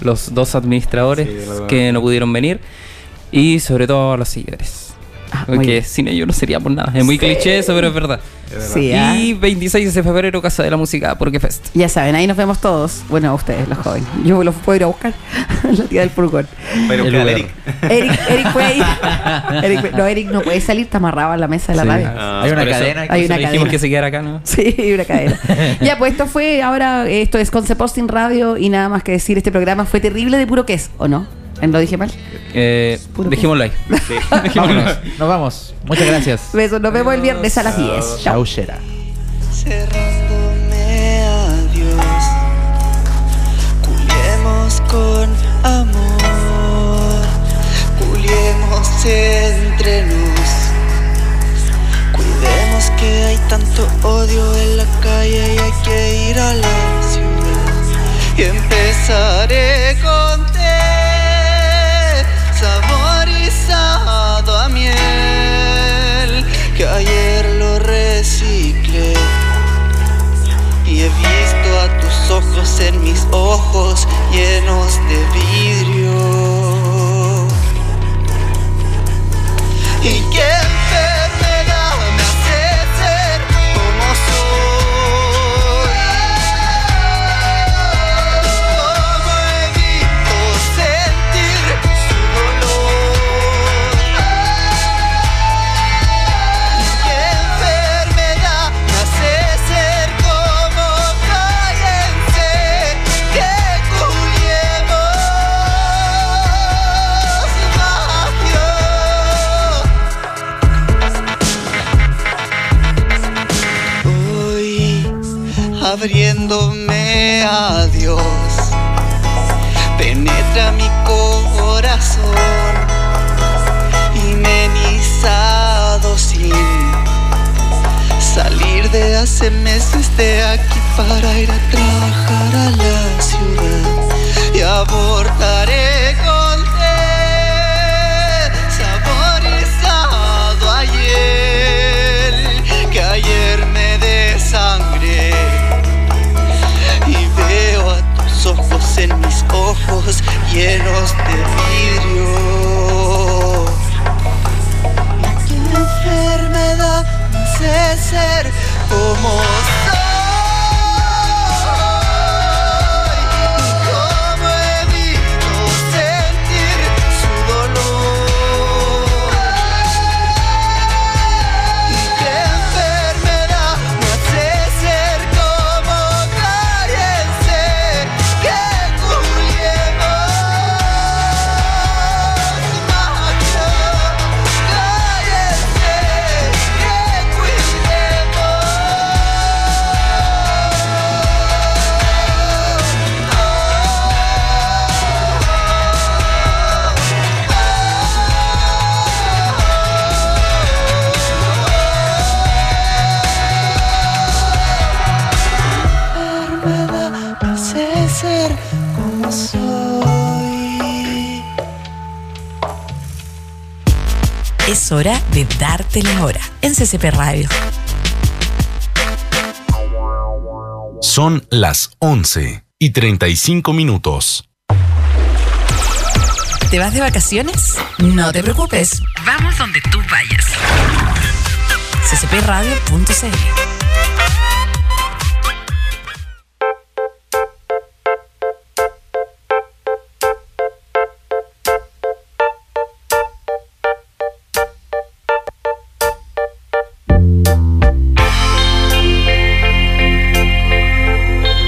los dos administradores
Sí, la verdad.
que no pudieron venir y sobre todo a los seguidores.
Ah, muy
Porque
bien.
sin ellos no sería por nada. Es muy cliché eso, pero es verdad.
Sí, ah.
Y 26 de febrero, Casa de la Música, porque Fest.
Ya saben, ahí nos vemos todos. Bueno, ustedes, los jóvenes. Yo los puedo ir a buscar. la tía del furgón.
Pero
El
claro,
Uber.
Eric.
Eric, Eric puede ir. Eric puede- no, Eric no puede salir, está amarrado a la mesa de la
Sí.
radio.
Ah,
Hay una
por eso-
cadena que
Hay una
Por eso le dijimos
cadena.
que se quedara acá, ¿no?
Sí, una cadena. ya, pues esto fue ahora, esto es Conce Posting Radio y nada más que decir, este programa fue terrible de puro que es, ¿o no? ¿Lo dije mal?
Eh,
Puro
dejémoslo ahí.
Sí.
Dejémoslo.
Nos vamos. Muchas gracias.
Besos, nos vemos el viernes a las 10. Chao.
Chau, Shera.
cerrándome a Dios. Culiemos con amor, culiemos entre nos. Cuidemos que hay tanto odio en la calle y hay que ir a la ciudad. Y empezaré con té, saborizado a miel, que ayer lo reciclé. Y he visto a tus ojos en mis ojos llenos de vidrio. Y qué enfermedad me hace ser como soy. Cómo evito sentir su dolor. Qué enfermedad me hace ser como cállense que culiemos vacío. Hoy abriéndome a Dios, penetra mi corazón himenizado sin salir de hace meses de aquí para ir a trabajar a la ciudad y abortaré con té saborizado ayer que ayer me desangré del vidrio. Qué enfermedad me hace ser como soy y cómo evito sentir su dolor. Y qué enfermedad me hace ser como cállense que cubriemos macho. Cállate, que cuidemos. Me hace ser como soy.
Es hora de darte la hora en CCP Radio.
Son las 11 y 35 minutos.
¿Te vas de vacaciones? No te preocupes. Vamos donde tú vayas. ccpradio.cl